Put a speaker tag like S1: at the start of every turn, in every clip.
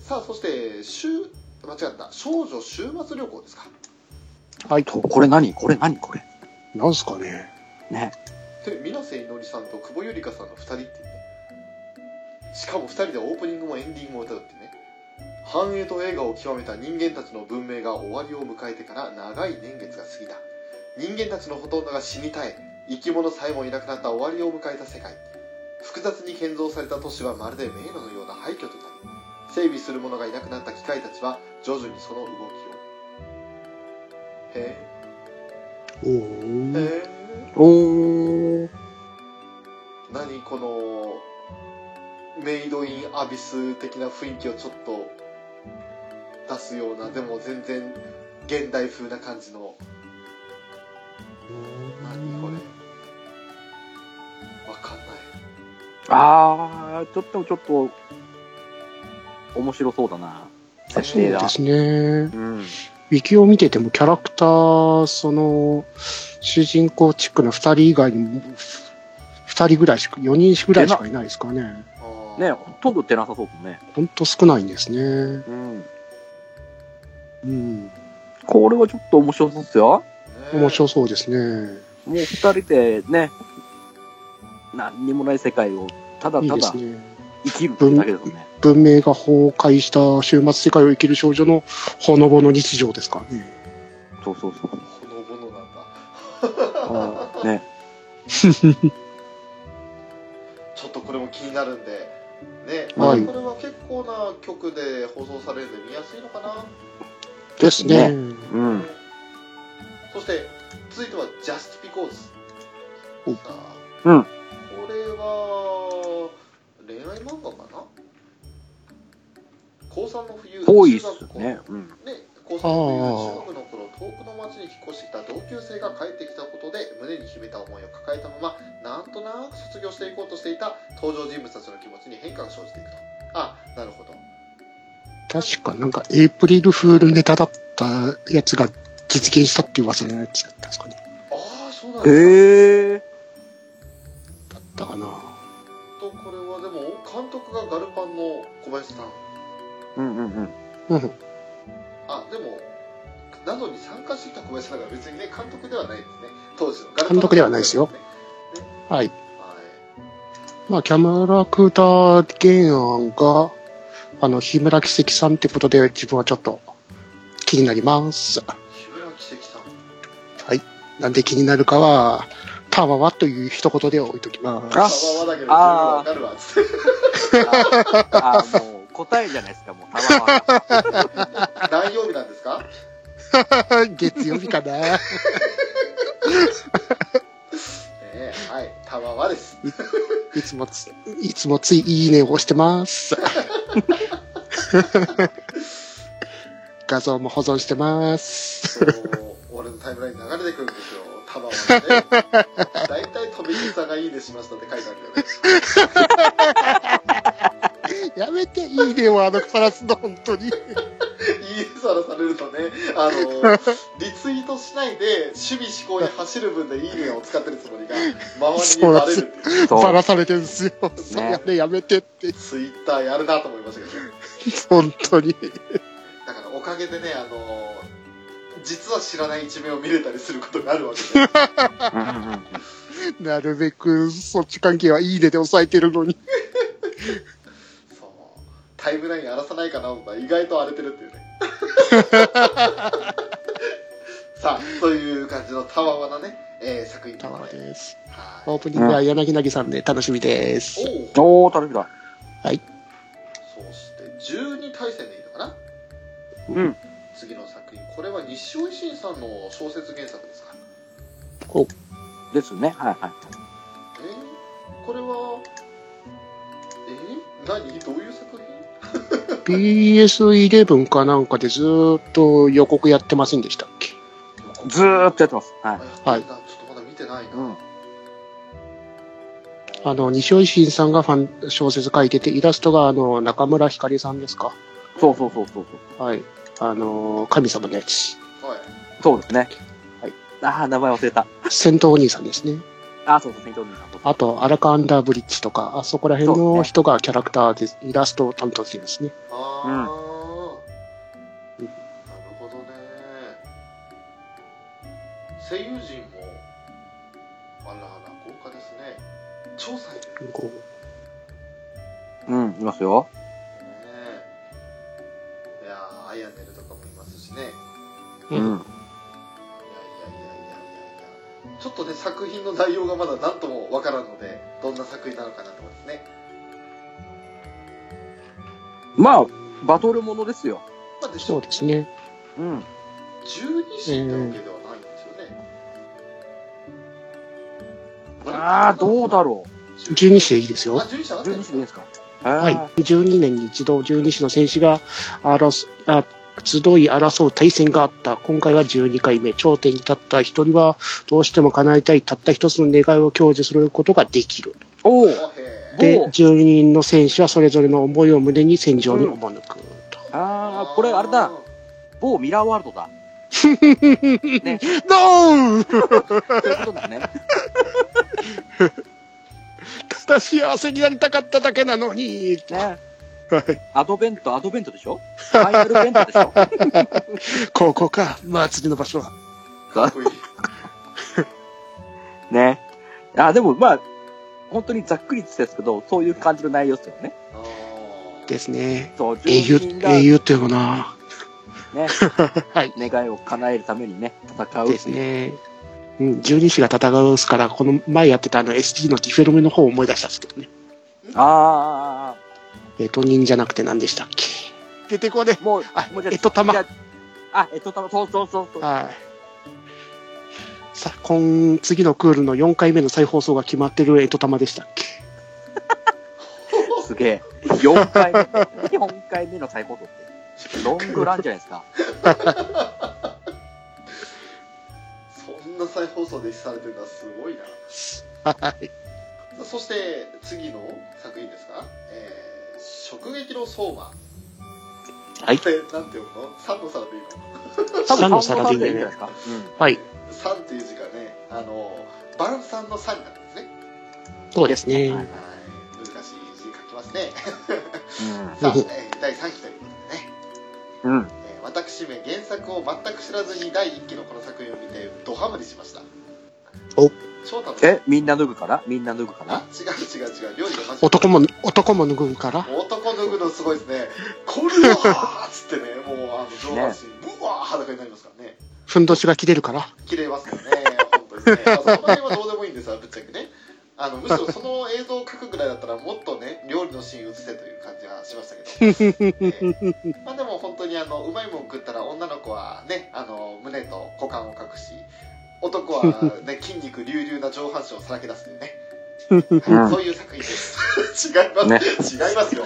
S1: さあそして週間違った少女週末旅行ですか
S2: はい、と。これ何これ何これ。
S3: なんすかね。
S2: ね。
S1: で水瀬いのりさんと久保ゆりかさんの2人っていうねしかも2人でオープニングもエンディングも歌うっていうね繁栄と栄華を極めた人間たちの文明が終わりを迎えてから長い年月が過ぎた人間たちのほとんどが死に絶え生き物さえもいなくなった終わりを迎えた世界複雑に建造された都市はまるで迷路のような廃墟となり整備する者がいなくなった機械たちは徐々にその動きをへ
S3: お
S1: え
S3: ー。
S1: へえ
S2: おー。
S1: 何このメイドインアビス的な雰囲気をちょっと出すようなでも全然現代風な感じの何これわかんない
S2: あー、ちょっとちょっと、面白そうだな。設
S3: そう
S2: 定だ
S3: で。すね。
S2: うん。
S3: ウィキを見ててもキャラクター、その、主人公チックな二人以外にも、二人ぐらいしか、四人ぐらいしかいないですかね。
S1: あー
S2: ね、ほとんど出なさそうですね。
S3: ほんと少ないんですね。
S2: うん。
S3: うん。
S2: これはちょっと面白そうですよ。
S1: ね
S3: 面白そうですね。
S2: もう二人でね、何にもない世界をただ
S3: いい
S2: た
S3: で
S2: だ
S3: すね。
S2: 生きるってだけですね。
S3: 文明が崩壊した終末世界を生きる少女のほのぼの日常ですからね。
S2: そうそうそう。
S1: ほのぼのなんだ
S2: ね。
S1: ちょっとこれも気になるんでね、
S3: はい
S1: これは結構な曲で放送されるんで見やすいのかな
S3: ですね。
S2: うん。
S1: そして続いては Just Because
S3: お
S1: さあ
S2: うん
S1: これは恋愛漫画かな高3の冬
S2: 多いっ
S1: 中
S2: す
S1: 学校
S2: ね。うん。
S1: ね、高3の冬中学の頃遠くの町に引っ越してきた同級生が帰ってきたことで胸に秘めた思いを抱えたままなんとなく卒業していこうとしていた登場人物たちの気持ちに変化が生じていくとあなるほど
S3: 確かなんかエイプリルフールネタだったやつが実現したっていう噂のやつだったんですかね。
S1: ああそうなんですか、
S2: ええ
S3: だったかな。
S1: とこれはでも監督がガルパンの小林さん
S2: うんうんう
S3: う
S2: ん。
S3: ん。
S1: あでもなどに参加してきた小林さんが別にね監督ではないですね当時のガルパンの
S3: 監督ではないですよ
S1: ね
S3: はい。
S1: はい
S3: まあ、キャムラクダ原案が、あの、日村奇跡さんってことで自分はちょっと気になります。
S1: 木村奇跡さん
S3: なんで気になるかは、たわわという一言で置いときます。
S1: わ
S2: あ
S1: だけど
S2: あー
S1: わかるわつって
S2: あ、もう答えじゃないですか、もう。たまは。
S1: 何曜日なんですか
S3: 月曜日かな。
S1: ええはいたまわです
S3: いつもつ、いつもついいいねを押してます。画像も保存してます。
S1: そう俺のタイムラインに流れてくるんですよたまわね大体飛び木さんがいいねしましたって書いてあるよね
S3: やめて、いいねをあのさらすの、本当に。
S1: いいさらされるとねあのリツイートしないで守備思考に走る分でいいねを使ってるつもりが周りにバレるっていう
S2: そう
S3: さらされてるんですよ。それやめやめてって、
S1: ツイッターやるなと思いましたけどね
S3: 本当に。
S1: だからおかげでねあの実は知らない一面を見れたりすることがあるわけで
S2: うんうんうん
S3: なるべく、そっち関係はいいねで抑えてるのに。
S1: そうタイムライン荒らさないかなと思ったら意外と荒れてるっていうねさあという感じのたわわなね、えー作品
S3: た
S1: の
S3: ま
S1: で
S3: です。
S1: はい
S3: オープニングは柳なぎさんで楽しみです。
S1: おう
S2: おー、楽しみだ。
S1: そして12対戦でいいのかな
S2: うん。
S1: 次の作品これは西尾維新さんの小説原作ですか
S2: ですね。はいはい。
S1: えー、これはえー、何どういう作品
S3: BS11 かなんかでずーっと予告やってませんでしたっけ
S2: ずーっとやってます。はい。
S1: はいちょっとまだ見てないな、
S2: うん。
S3: あの、西尾維新さんがファン小説書いてて、イラストがあの、中村ひかりさんですか
S2: そうそうそうそうそう。
S3: はい。あの、神様のやつ。
S1: はい
S2: そうですね。
S3: はい。
S2: ああ、名前忘れた。
S3: 戦闘お兄さんですね。
S2: あ、そうそう、セイント・オーメンさん。そうそう
S3: あと、アラカアンダーブリッジとか、あそこら辺
S2: そう
S3: の
S2: ね
S3: 人がキャラクターで、イラストを担当してるんですね。
S1: ああ、
S2: うん
S1: なるほどね声優陣もあらあら豪華ですね調査員ですね
S3: こ
S2: うん、いますよ。
S1: いやーアヤネルとかもいますしねいやいやいやいや
S3: う
S2: うんん。
S1: いやいやちょっとね作品の内容がまだ何ともわからんのでどんな作品なのかなと思いますね、
S2: まあ、バトルものですよ。
S1: まあ、で
S3: うそうですね。
S2: うん。
S1: 12神ってわけではないんですよね、
S2: ああ、どうだろう。
S3: 12世いいですよ
S1: あ、。12社あった
S2: 12
S1: んで
S2: 時
S1: す
S2: でいい
S1: ね
S2: ですか
S3: はい。12年に一度、12市の戦士が争あ集い争う対戦があった。今回は12回目。頂点に立った一人は、どうしても叶えたい、たった一つの願いを享受することができる。
S2: おお
S1: あへ
S3: で、
S2: おう
S3: 12人の戦士はそれぞれの思いを胸に戦場に赴くと。
S1: ー
S2: ああ、これあれだ。某ミラーワールドだ。ね、
S3: ノー
S2: そういうことだね。
S3: ただ幸せになりたかっただけなのに。
S2: ね。アドベント、アドベントでしょファイナルベントでし ょ
S3: ここか、祭りの場所は。
S1: かっこいい
S2: ね。あ、でもまあ、本当にざっくりですけど、そういう感じの内容ですよね。
S1: あー
S3: ですね。
S2: そう、
S3: 英雄
S2: 住、人が
S3: 英雄っていうのか
S2: ね、
S3: な。はい。
S2: 願いを叶えるためにね、戦う
S3: で
S2: っていう
S3: すね。うん、十二支が戦うっすから、この前やってたあの SD のディフェロメの方を思い出したんですけどね。
S2: あ
S3: えっ、と、人じゃなくて何でしたっけ出てこね
S2: あ、もう、
S3: あ
S2: もう
S3: えっと玉
S2: じゃああ、えっと玉、そうそうそうそう。
S3: はい。さあ、今、次のクールの4回目の再放送が決まってるえっと玉でしたっけ
S2: すげえ。4回目。4回目の再放送って。ロングランじゃないですか。
S1: そんな再放送でされてるのはすごいな
S3: はい。
S1: そして次の作品ですか「えー、食撃の相馬」
S3: はい
S1: これなんて読むの三の皿でいいの
S2: 多分
S3: 三の皿でいいんだ
S2: 三の皿でいいんじゃ
S3: よ
S2: ないで
S3: ね。
S2: すか。
S3: はい。
S1: 三っていう字がねあの晩餐の三なんですね
S3: そうです
S2: うん。は
S3: ね
S2: い。
S1: はい難しい字書きますね
S2: うん
S1: さあ、えー第3期ということでね、
S2: うん。
S1: えー私め原作を全く知らずに第1期のこの作品を見てドハマりしました
S3: お
S1: 翔太の
S2: え、みんな脱ぐかなみんな脱ぐかな
S1: あ違う違う違う料理がマジで
S3: 男も、男も脱ぐから。
S1: 男脱ぐのすごいですねこれはーっつってねもうあの上半身うわー裸になりますからね
S3: ふんどしが切れるから。
S1: 切れますよね、本当にね。まあその辺はどうでもいいんですわ、ぶっちゃけね。あのむしろその映像を描くぐらいだったらもっとね料理のシーン映せという感じはしましたけど、ええまあでも本当にあのうまいもん食ったら女の子はねあの胸と股間を隠し男は、ね、筋肉隆々な上半身をさらけ出すというね、はいそういう作品です違います、
S2: ね
S1: 違いますよ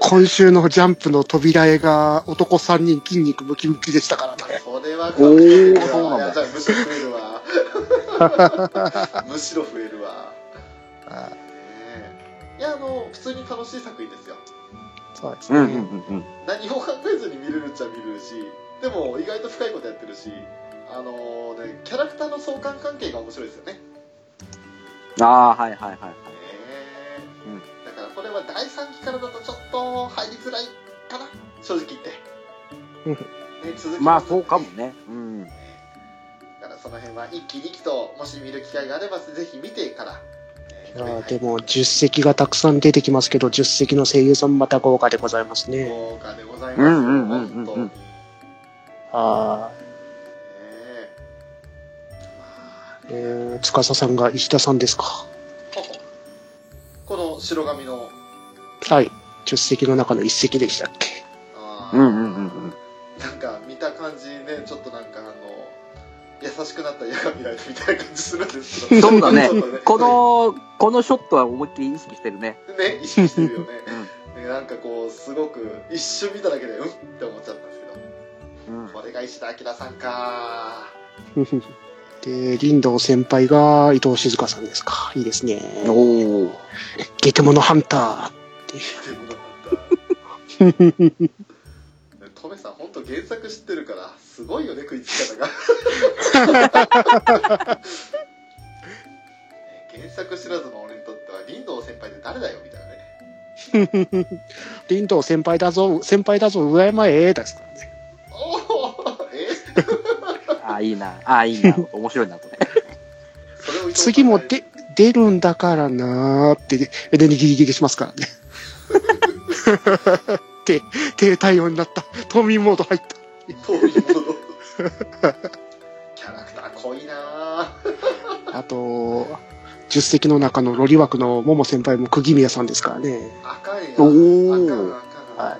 S3: 今週のジャンプの扉絵が男3人筋肉ムキムキでしたからね。
S1: それは
S2: おー
S1: か
S2: そうなんだ
S1: いやじゃあむしろ増えるわむしろ増えるわ
S3: あ
S1: ねえいやあの普通に楽しい作品ですよ
S3: そうです
S2: う
S3: ね。
S2: んうんうんうん。
S1: 何も考えずに見れるっちゃ見れるしでも意外と深いことやってるしあのねキャラクターの相関関係が面白いですよねね
S2: ああー、はいはいはいはい。
S1: え
S2: うん
S1: だからこれは第3期からだとちょっと入りづらいかな正直言って、
S3: うん
S1: ね、続き
S2: まあそうかもね。うん。
S1: だからその辺は一期二期ともし見る機会があればぜひ見てから、え
S3: いやーでも、10席がたくさん出てきますけど、10席の声優さんまた豪華でございますね。
S1: 豪華でございますよ、
S2: うんうんうんうんう
S1: 本
S2: ん
S1: 当にね
S3: は
S1: えまあ
S3: い。えー、司さんが石田さんですか。
S1: ほほこの白髪の
S3: はい。10席の中の1席でしたっけ。
S1: あー
S2: うんうんうんうん。
S1: なんか見た感じねちょっとなんかあの優しくなった矢神ライフみたいな感じするんですけど
S2: そうだね
S1: ちょっとね
S2: この、このショットは思いっきり意識してるね。
S1: ね意識してるよね、ねなんかこうすごく一瞬見ただけでうんって思っちゃったんですけど
S2: うん。
S1: これが石田明さんか
S3: で、林道先輩が伊藤静香さんですか。いいですね。
S2: おお。
S3: ゲテモノハンタ
S1: でもなかったトメさん本当原作知ってるからすごいよね食いつき方が
S3: ー。
S1: 原作知らずの俺にとっては林道先輩って誰だよみたいなね
S3: 林道先輩だぞ、先輩だぞ、上山ええですからね。
S1: おおえ
S2: ああ、いいな。ああ、いいな。 面白いな、これ。
S1: それを伊藤さん
S3: 次もで出るんだからなーって、で、ギリギリしますからね。で、低体温になった。冬眠モード入った。
S1: 遠いものキャラクター濃いなぁ
S3: あと、10席の中のロリ枠のモモ先輩も釘宮さんですからね。
S1: あかんやん
S2: おー
S1: あかんあかん、
S2: は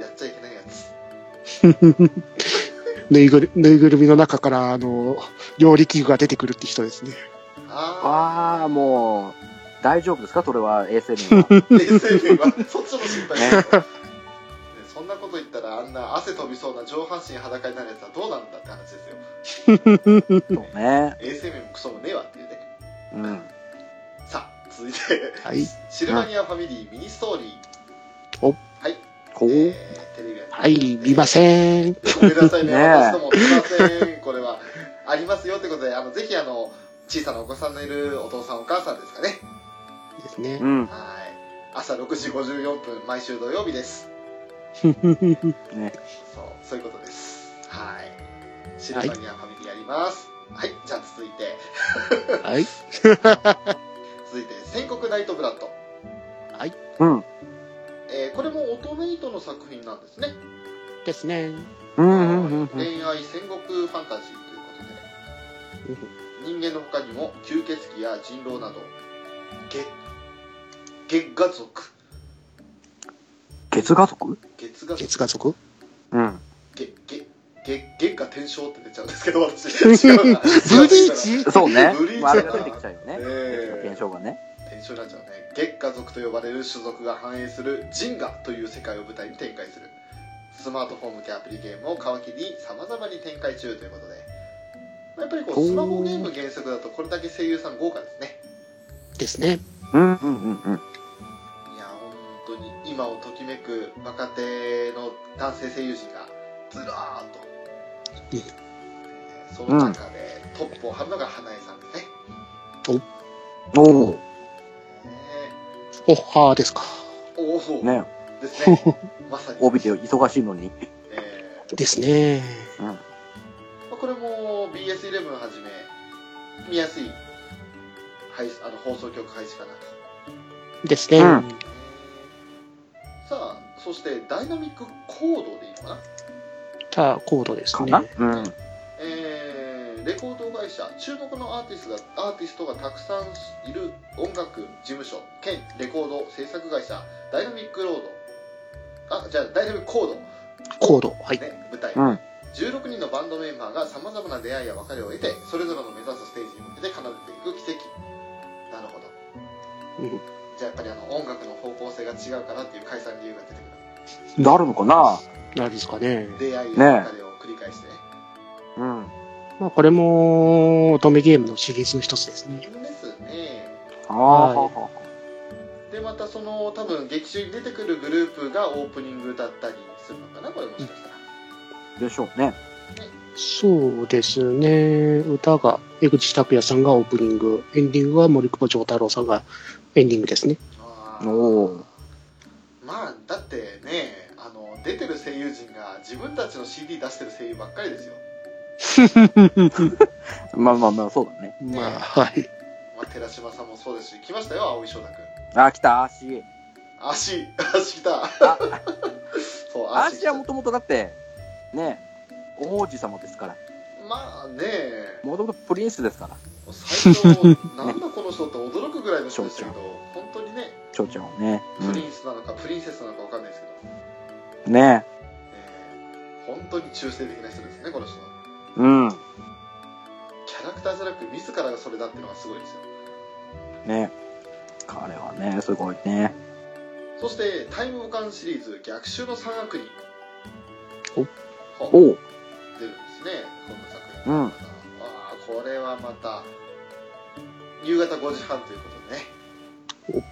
S1: やっちゃいけないやつ
S3: ぬいぐるぬいぐるみの中から、あの、料理器具が出てくるって人ですね。
S1: あ
S2: ああ、もう、大丈夫ですかそれは、衛生面は。
S1: あ冷静にはそっちも心配だよねそんなこと言ったらあんな汗飛びそうな上半身裸になるやつはどうなんだって話ですよ
S2: そうね。
S1: 衛生面もクソもねえわっていうね
S2: うん。
S1: さあ続いて
S3: はい。
S1: シルバニアファミリーミニストーリー
S2: こう。
S1: えーテレビアニメ
S3: はい、見ません。
S1: ごめんなさいね、
S2: ねえ
S1: 私ども、すいません、これは。ありますよってことで、あの、ぜひ、あの、小さなお子さんのいるお父さん、お母さんですかね。
S3: ですね。
S2: うん。
S1: はい。朝6時54分、毎週土曜日です。
S2: ね。
S1: そう、そういうことです。はい。シルバニアファミリーやります。はい、じゃあ続いて、
S3: はい。
S1: 続いて、戦国ナイトブラッド。
S2: うん。
S1: えーこれもオトメイトの作品なんですね。
S3: ですね。
S2: うん。うんうん。うん
S1: 恋愛戦国ファンタジーということで、人間の他にも吸血鬼や人狼など月月牙族
S2: 月家族
S1: 月牙
S3: 月
S1: 族
S3: 家族
S2: うん。
S1: 月月月月牙転生って出ちゃうんですけど私 違うな
S3: ブリーチ
S2: そうね
S1: ブリーチ。だ
S2: まああれが出てきちゃうよね。
S1: ええ
S2: 現象がね。
S1: 転生になっちゃうね月下族と呼ばれる種族が繁栄するジンガという世界を舞台に展開するスマートフォン向けアプリゲームを皮切りにさまざまに展開中ということでまあやっぱりこ
S2: お
S1: う
S2: ー
S1: スマホゲーム原作だとこれだけ声優さん豪華ですね
S3: ですね。
S2: うん。うん。うん。うん。
S1: いや本当に今をときめく若手の男性声優陣がずらーっと
S3: うん
S1: えーその中でトップを張るのが花江さんですね
S2: おお。
S1: ね
S3: おはーですか。
S1: おお、
S2: ね。
S1: ですね まさに
S2: 帯で忙しいのに。
S1: えー
S3: ですね。
S1: まあこれも BS11 はじめ見やすい配あの放送局配置かなと、
S3: ですね。
S2: うん
S1: えーさあそしてダイナミックコードでいいのかな
S3: ただ、コードです
S2: か
S3: ね
S2: な。うん。
S1: えーレコード会社注目のアーティストがアーティストがたくさんいる音楽事務所兼レコード制作会社ダイナミックロードあじゃあダイナミックコード、ね、
S3: コード。はい。
S1: 舞台、
S2: うん
S1: 16人のバンドメンバーがさまざまな出会いや別れを得てそれぞれの目指すステージに向けて奏でていく奇跡なるほど
S3: うん
S1: じゃあやっぱりあの音楽の方向性が違うからっていう解散理由が出てくる
S2: なるのかな
S3: なんですかね。
S1: 出会いや別れを繰り返してね
S2: うん。
S3: まあ、これも、乙女ゲームのシリーズの一つですね。
S1: ですね
S2: ああ、
S3: はい
S2: はあはあ
S1: でまたその多分劇中に出てくるグループがオープニングだったりするのかなこれもしかしたら、
S2: でしょうね。
S3: そうですね。歌が、江口拓也さんがオープニング、エンディングは森久保丈太郎さんがエンディングですね。
S1: あー
S2: おお。
S1: まあだってねあの出てる声優陣が自分たちの CD 出してる声優ばっかりですよ、
S2: まあまあまあ、そうだね。
S3: まあ、はい。
S1: まあ、寺島さんもそうですし来ましたよ青井翔太君
S2: あ、来た、アーシー。
S1: 足足来た
S2: あ
S1: そう
S2: アー
S1: 足
S2: シー
S1: 来
S2: は
S1: た
S2: もともとだって、ね、王子様ですから。
S1: まあねえ
S2: もともとプリンスですから。
S1: 最初なんだこの人って驚くぐらいの人でしたけど本当にね
S2: 蝶々はね。
S1: プリンスなのかプリンセスなのかわかんないですけど、
S2: うん。ね
S1: えー本当に中性的な人ですねこの人は
S2: うん。
S1: キャラクターじゃなく自らがそれだっていうのがすごいですよ
S2: ね彼はね、すごいね。
S1: そしてタイムボカンシリーズ「逆襲の三悪人」
S3: お
S1: ほう出る
S2: おう。
S1: んですねこの作
S2: う
S1: 品
S2: ん。
S1: ああこれはまた夕方5時半ということでね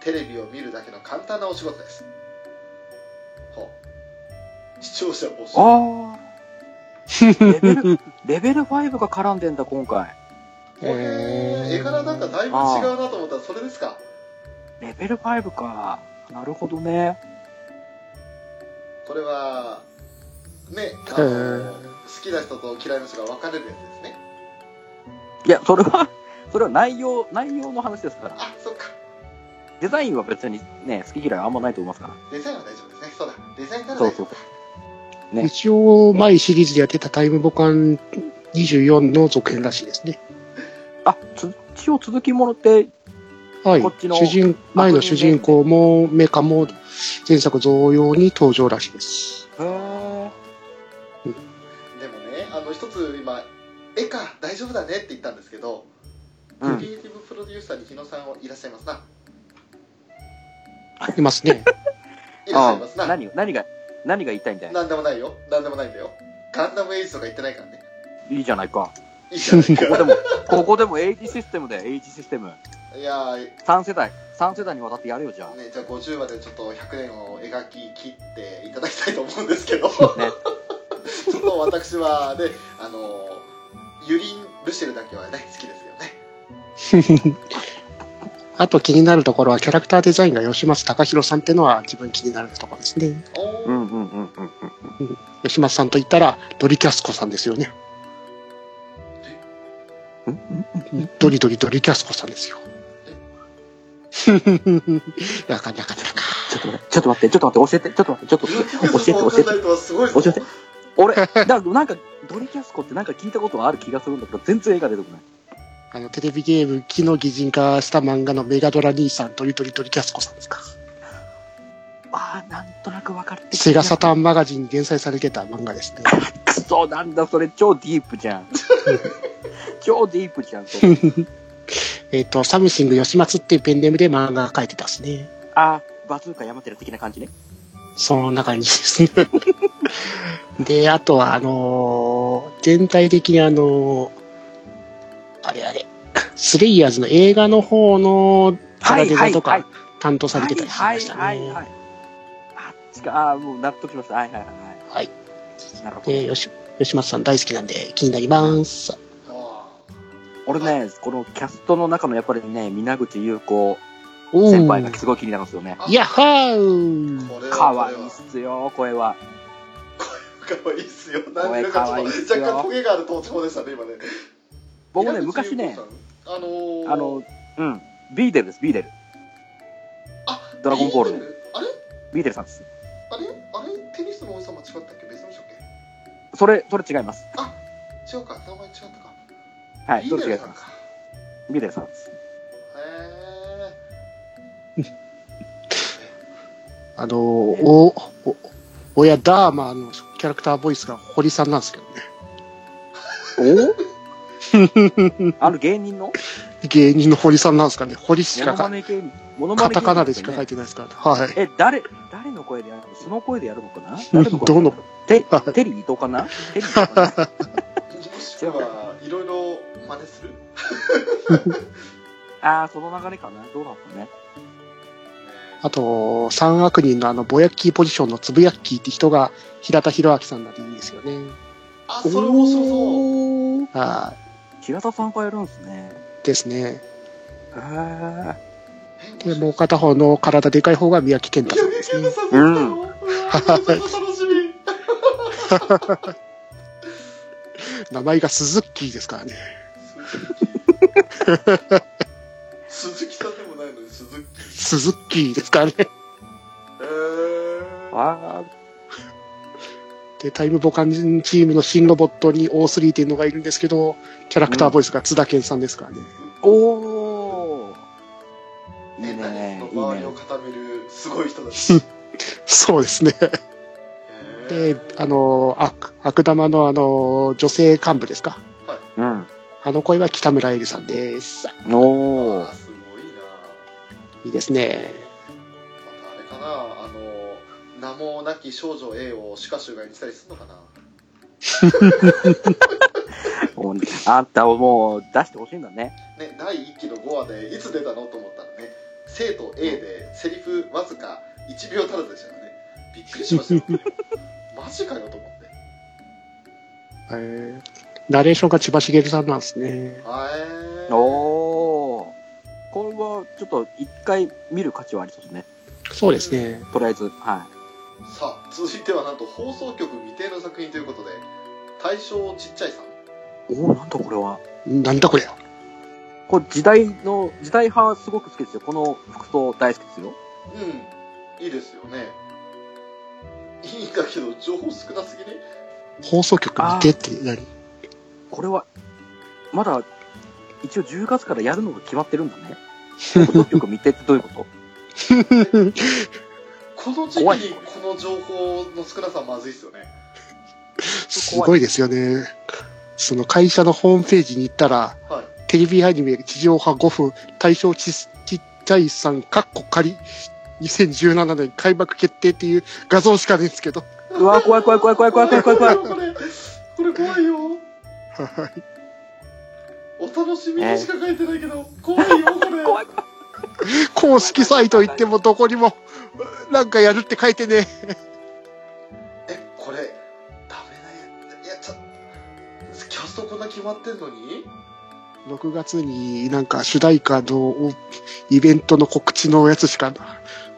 S1: テレビを見るだけの簡単なお仕事ですほう視聴者募集
S2: ああ。レベル、レベル5が絡んでんだ、今回。
S1: この辺
S3: えー
S1: 絵柄なんかだいぶ違うなと思ったらそれですか
S2: レベル5か。なるほどね。
S1: これはねあの、
S3: えー
S1: 好きな人と嫌いな人が分かれるやつですね
S2: いや、それは、 それは内容、内容の話ですから。
S1: あそっか
S2: デザインは別にね、好き嫌いあんまないと思いますか。
S1: デザインは大丈夫ですねそうだデザインからら
S2: そ
S1: 大
S2: う
S1: 丈
S2: そう
S1: 夫
S2: そう。ね
S3: 一応、前シリーズでやってたタイムボカン24の続編らしいですね。
S2: あ、つ一応続きものって、
S3: はい。
S2: こっちの
S3: 主人、前の主人公もメカも前作同様に登場らしいです。
S2: へー
S1: でもねあの一つ今絵か大丈夫だねって言ったんですけど、
S2: う
S1: ク
S2: ん。
S1: リエイティブプロデューサーに日野さんはいらっしゃいますない
S3: ますね。
S1: いらっしゃ
S2: あ
S1: いますな
S2: 何を何が、何が言いたいんだよ。
S1: なんでもないよなんでもないんだよガンダムエイジとか言ってないからね
S2: いいじゃないか。
S1: いいじゃない
S2: ここ
S1: か
S2: でも、ここでも H システムだよ、H システム。
S1: いやー
S2: 3世代、3世代にわたってやるよ、じゃ
S1: ね、じゃあ50までちょっと100年を描き切っていただきたいと思うんですけど、ちょっと私はねあのユリン・ルシェルだけはね好きですよね
S3: あと気になるところはキャラクターデザインが吉松隆弘さんってのは自分気になるところですね。
S1: お
S2: あ。
S1: ー、
S2: うんうんうんうんうん。
S3: 吉松さんと言ったらドリキャスコさんですよね。ドリドリドリキャスコさんですよ。 なかなかなか。
S2: ちょっと待って、ちょっと待って、ちょっと待って、教えて、ちょっと待って、ちょっと
S1: ユ
S2: 待
S1: ー
S2: っ
S1: テ
S2: て
S1: ィブ
S2: 教えて、
S1: のわ
S2: 教
S1: かんな
S2: えて。
S1: いとはすごい
S2: 教
S1: ぞ
S2: えて。俺、だからなんか、ドリキャスコってなんか聞いたことがある気がするんだけど、全然絵が出てこない。
S3: あの、テレビゲーム、木の擬人化した漫画のメガドラ兄さん、ドリドリドリキャスコさんですか。
S2: ああ、なんとなく分かる。
S3: セガサターンマガジンに連載されてた漫画ですね。
S2: クソ、なんだ、それ超ディープじゃ ん。超ディープじゃん、そ れ。
S3: えっ、と、サムシング吉松っていうペンネームで漫画が書いてたですね。
S2: あー、バズーカ山寺的な感じね。
S3: その中にですね。で、あとは、あのー全体的にあのーあれあれ、スレイヤーズの映画の方のキャラデザと
S2: はい
S3: か担当されてたりし
S2: は
S3: ま
S2: い
S3: したね。
S2: はいはい。あっちか、あーもう納得しました。はいはいはい
S3: はい。
S2: はい。なるほど。
S3: で、吉吉松さん大好きなんで気になります。
S1: あ
S2: 俺ね、このキャストの中のやっぱりね、皆口優子
S3: お
S2: 先輩が
S3: ー
S2: すごい気になるんですよね。
S3: やっはー
S1: ーこれは
S2: かわい
S1: これ
S2: いっ
S1: は
S2: すよ、声は。
S1: かわいいっすよなん
S2: 声
S1: か
S2: か
S1: ち
S2: わい
S1: ょ
S2: いっ
S1: っ
S2: す
S1: と
S2: よ
S1: 若干トゲがある登場でしたね今ね
S2: 僕ね、
S1: 稲口
S2: 昔
S1: 優子、
S2: ね
S1: さんあのー、
S2: あの、うん、ビーデルです、ビーデル。
S1: あ
S2: ドラゴンボールね
S1: あれ
S2: ビーデルさんです。
S1: あれあれテニスの王様違ったっけ別の人っけ
S2: それ、それ違います。
S1: 違うか名前違ったか
S2: はい、
S1: リ
S2: そ
S1: ー
S2: れ
S1: デル
S2: 違い
S1: さん
S2: ま
S1: か
S2: す。ビーデルさんです。
S1: へ
S3: あのー、お、お、親ダーマーのキャラクターボイスが堀さんなんですけどね。
S2: お あの芸人の
S3: 芸人の堀さんなんですかね。堀し
S2: モ
S3: か書
S2: ノマ
S3: い
S2: ネ芸人。モノマ
S3: カ
S2: ネ芸人
S3: タカナでしか
S2: よ
S3: 書
S2: ね
S3: いてないですからね。はい。
S2: え、誰、誰の声でやるのその声でやるのかな誰の声
S3: どの、
S2: テ テリー伊藤かなテリー伊藤かな
S1: えもしくはいろいろ真似するね
S2: ああ、その流れかなどうだったね。
S3: あと、三悪人のあの、ぼやっきーポジションのつぶやっきーって人が、平田博明さんなんでいいですよね。
S1: あそれ面白そう
S2: そう。
S3: は
S2: 平田さんがやるんですね。
S3: い。ですね。
S2: へー
S3: で、もう片方の体でかい方が宮城健太さんです
S1: ケンタ
S3: ね。
S1: さんできたのうわーちょっと楽しみ
S3: 名前が鈴木ですからね。
S1: 鈴木さんでもないのに鈴木へ
S3: 鈴木ですからね。
S1: ー
S2: あ
S3: で、タイムボカンチームの新ロボットに O3 っていうのがいるんですけど、キャラクターボイスが津田健さんですからね。
S2: ーおーいい
S1: 何
S2: ね
S1: の、
S2: いい
S1: 周り
S2: ね
S1: を。固めるすごい人だし
S3: そうですね。で、あの、悪、悪玉のあの、女性幹部ですか。
S2: うん。
S3: あの声は北村えりさんです。
S2: おー
S1: あすごいない
S3: いですね。
S1: またあれかなあの名もなき少女 A をシカシュガにしたりするのかな
S2: おあんたをもう出してほしいんだね。
S1: ね、第1期の5話でいつ出たのと思ったらね生徒 A でセリフわずか1秒足らずでしたからね びっくりしましたよマジかよと思って
S3: えーナレーションが千葉茂さんなんですね。
S1: はい
S2: おーこれはちょっと一回見る価値はありそうですね。
S3: そうですね。
S2: とりあえず、は
S1: さあ続いてはなんと放送局未定の作品ということで大正ちっちゃいさん
S2: い。おおなんだこれは。
S3: なんだこれ。
S2: これ時代の、時代派すごく好きですよ。この服装大好きですよ。
S1: うんいいですよねいいんだけど情報少なすぎね
S3: 放送局見てって何
S2: これは、まだ、一応10月からやるのが決まってるんだね。 放送局見てってどういう こと
S1: この時期
S2: 怖い
S1: にこの情報の少なさはまずいっすよね
S3: すごいですよね。その会社のホームページに行ったら、
S1: はい
S3: テレビアニメ地上波5分、対象ちちっちゃいさん、かっこ仮、2017年開幕決定っていう画像しかないんですけど。
S2: うわ怖い怖い怖い怖い怖い怖い怖い怖い
S1: これこれ怖いよ
S3: はい
S1: お楽しみにしか書いてないけど怖いよこれ
S2: 怖い
S3: 公式サイト行ってもどこにも、なんかやるって書いてね。
S1: えこれダメなやついやちょキャストこんな決まってんのに
S3: 6月になんか主題歌のおイベントの告知のやつしか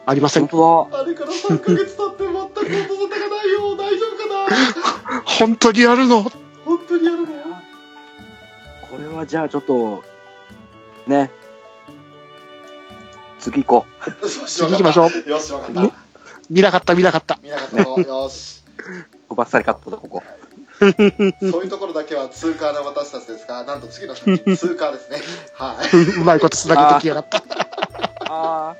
S3: ありませ
S2: 本
S3: ん。
S2: 当だ。
S1: あれから3ヶ月経って全く音沙汰がないよ大丈夫かな
S3: 本当にやるの
S1: 本当にやるの
S2: これはじゃあちょっと、ね。次行こ
S1: よし
S3: 次行きましょう。
S1: うよしわかった
S3: ね見なかった見なかった。
S1: 見なかったぞよし
S2: う。バッサリカットだ、ここ。
S1: そういうところだけは通過の私たちですがなんと次の作品通過ですねは
S3: ううまいこと繋げてきやがった。
S2: あ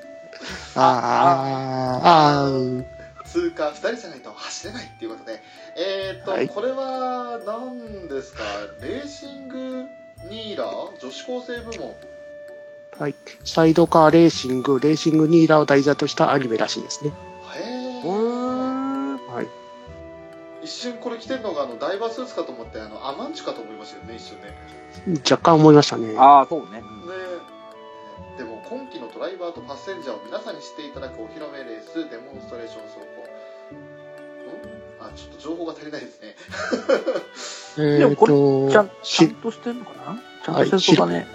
S3: あーあー、
S1: い通過2人じゃないと走れないっていうことでえー、っと、
S3: はい
S1: これは何ですかレーシングニーラー女子高生部門
S3: はい。サイドカーレーシング、レーシングニーラを題材としたアニメらしいですね。
S1: へ
S2: ー。
S1: え
S2: うーん。
S1: 一瞬これ着てるのがあのダイバースーツかと思ってあのアマンチュかと思いましたよね一瞬ね
S3: 若干思いましたね。
S2: ああ、そうね。うん
S1: ででも今期のドライバーとパッセンジャーを皆さんに知っていただくお披露目レースデモンストレーション走行んあちょっと情報が足りないですね
S3: え
S2: でも
S3: ー、
S2: こちゃ
S3: と
S2: ん、ちゃん
S3: し
S2: としてんのかなちゃんとしてそうだね。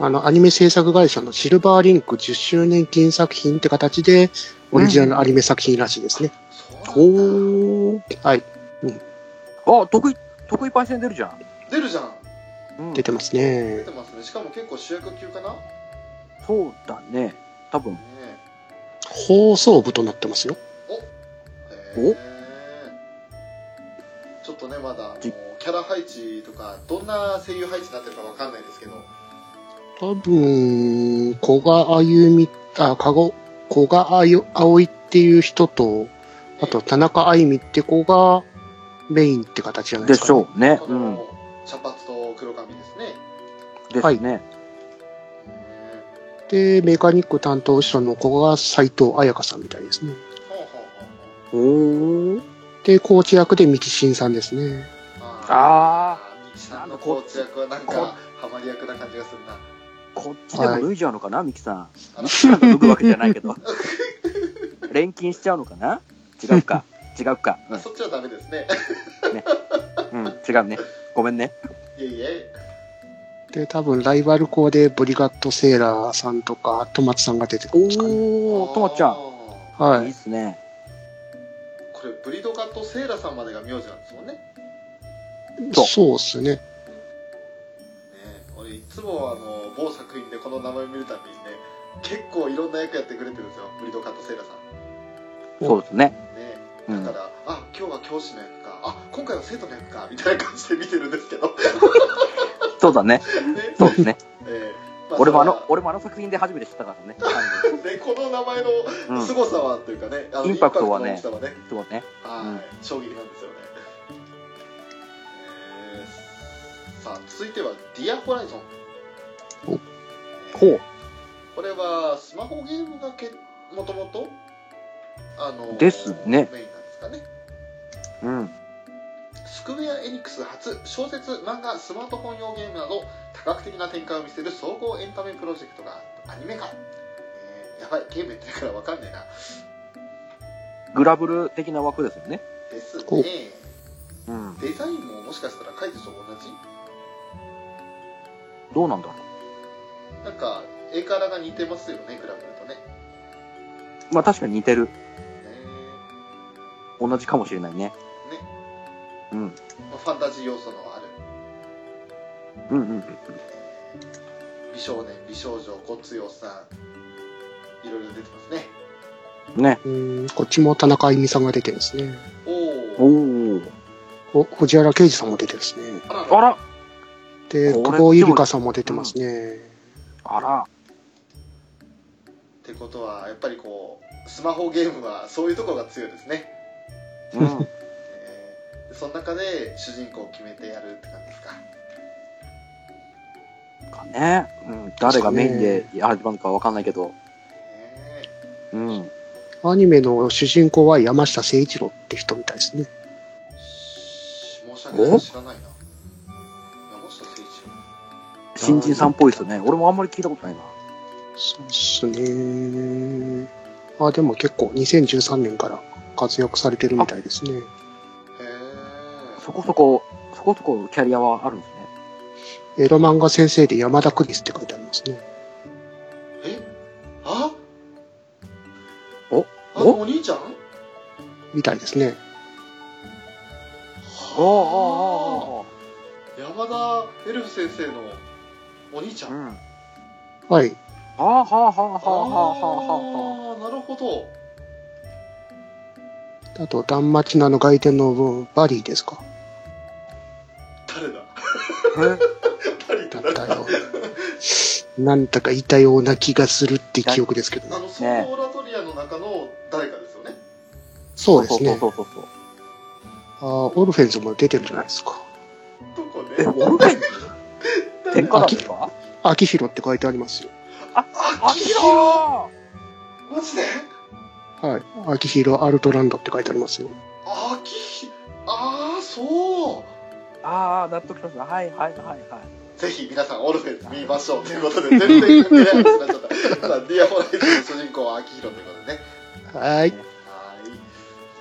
S3: あの、アニメ制作会社のシルバーリンク10周年記念作品って形で、オリジナルのアニメ作品らしいですね。
S1: そうなんだ
S2: お。
S3: はい。
S2: あ、得意、得意パイセン出るじゃん。
S1: 出るじゃん
S2: うん
S3: 出てます
S1: 出
S3: ね。
S1: てますねしかも結構主役級かなね
S2: そうだね。多分。
S3: 放送部となってますよ。
S1: えへえちょっとねまだあのキ
S2: じ
S1: ャラ配置とかどんな声優配置になってるかわかんないですけど
S3: 多分、古賀あゆみ、あ、かご、古賀あゆ、あおいっていう人と、あと田中あゆみって子がメインって形じゃない
S2: で
S3: です
S2: し
S3: か、
S2: ょうね。
S1: こ
S2: うん。
S1: の茶髪と黒髪ですね
S2: ですね。
S1: ね
S3: で、メカニック担当者の子が斎藤彩香さんみたいですね。
S1: ほうほうほうほう
S2: おお。
S3: で、コーチ役で三木真さんですね。
S2: あ
S1: あミキさんのコーチ役はなんかハマり役な感じがするな
S2: こっちでも脱いじゃうのかな、ミキさ
S1: あの
S2: ん。ミキさんが脱ぐわけじゃないけ ど。錬金しちゃうのかな違うか。違うか。
S1: あそっちはダメですね
S2: うん。うん。違うね。ごめんね。
S1: いえいえ
S3: で、多分ライバル校でボディガットセーラーさんとか、戸松さんが出てくるんですかね。
S2: おお。ともちゃ
S1: あ
S2: ん。
S1: ー
S3: はい
S2: いっ
S3: い。
S2: すね。
S1: これブリドカとセイラさんまでが名字なんですもんねね
S2: そう
S3: そうっすね。
S1: 俺いつもあの某作品でこの名前見るたびにね結構いろんな役やってくれてるんですよブリドカとセイラさん
S2: そうですね。
S1: ね
S2: う
S1: だ
S2: ん
S1: か。ら、あ今日は教師の役かあ今回は生徒の役かみたいな感じで見てるんですけど ね
S2: そうだね。そうですね。
S1: えーま
S2: 俺もあの
S1: そ、
S2: 俺もあの作品で初めて知ったからね。
S1: れはねこの名前の
S2: うん。
S1: 凄さはというかね、あの
S2: インパクトはね
S1: インパクトの大きさはね
S2: そうね。
S1: はい、衝撃なんですよね。えーさあ、続いてはディアホライゾン。
S2: ほ
S1: これはスマホゲームがけ、もともと。あのー
S2: です
S1: メ
S2: ね
S1: インなんですかね。
S2: う。うん。
S1: スクウェア・エニックス初小説漫画スマートフォン用ゲームなど多角的な展開を見せる総合エンタメプロジェクトがアニメ化、えーやばいゲームやってるからわかんねえな
S2: グラブル的な枠ですよね。
S1: です
S3: お
S1: ね
S2: うん。
S1: デザインも面もしかしたらカイトと同じ
S2: どうなんだろ
S1: なんか絵柄が似てますよね比べるとね
S2: う。まあ確かに似てる。
S1: ね
S2: 同じかもしれないね。
S1: ね、
S2: うん。
S1: まあ、ファンタジー要素のある
S2: うんうんうん。
S1: 美少年美少女ごつよさんいろいろ出てますね
S2: ね。
S3: うん、こっちも田中あゆみさんが出てるんですね。
S1: おお
S2: おお。
S3: お藤原啓治さんも出てるんですね。
S1: あら
S2: あら
S3: で、
S2: これ
S3: 久保ゆりかさんも出てますね。
S2: あら。
S1: ってことはやっぱりこうスマホゲームはそういうところが強いですね、
S2: う
S1: え
S2: ん。
S1: ーその中で主人公を決めてやるって感じですか
S2: かね。うん。誰がメインで始まるかわかんないけど。
S1: ね
S2: うん。
S3: アニメの主人公は山下誠一郎って人みたいですね。
S1: 申し訳ない知らないな山下誠一
S2: 新人さんっぽい人ね。俺もあんまり聞いたことないな。
S3: そうっすね。あ、でも結構2013年から活躍されてるみたいですね。
S1: へえ
S2: そこそこ、そこそこキャリアはあるんですね。
S3: エロ漫画先生で山田クリスって書いてありますね。
S1: えあ
S2: お
S1: あのお兄ちゃん
S3: みたいですね。
S2: ああ、ああ、あ
S1: 山田エルフ先生のお兄ちゃ、
S2: あ。うん
S1: あ
S2: ん。
S3: はい。
S2: はあはあはあはあは
S1: あ
S2: あはあは
S1: ーなるほど
S3: あと、ダンマチナの外伝のバリーですか。
S1: 誰だ
S2: あ。え
S1: 誰
S3: だ
S1: だ誰
S3: った
S1: だ
S3: よ。なんだかいたような気がするって記憶ですけど
S1: あ
S3: ね。
S1: のソードオラトリアの中の誰かですよね
S3: そうですね。
S2: そうそうそうそう。
S3: あーオルフェンズも出てるじゃないですか。
S1: どこね
S2: え、オルフェンズ天
S3: 下
S2: 下だ
S3: だ
S2: け
S3: け
S2: か
S3: 秋広って書いてありますよ。
S1: あきひろ
S2: ろ
S1: マジで
S3: はい。秋広アルトランドって書いてありますよ。
S1: あきひああそう
S2: ああ、納得しました。はいはいはいはい。
S1: ぜひ皆さんオルフェンズ見ましょうということで全然関係ない話になっちゃったさあディアホライズの主人公は秋広ということでね
S3: はい。
S1: はいじゃ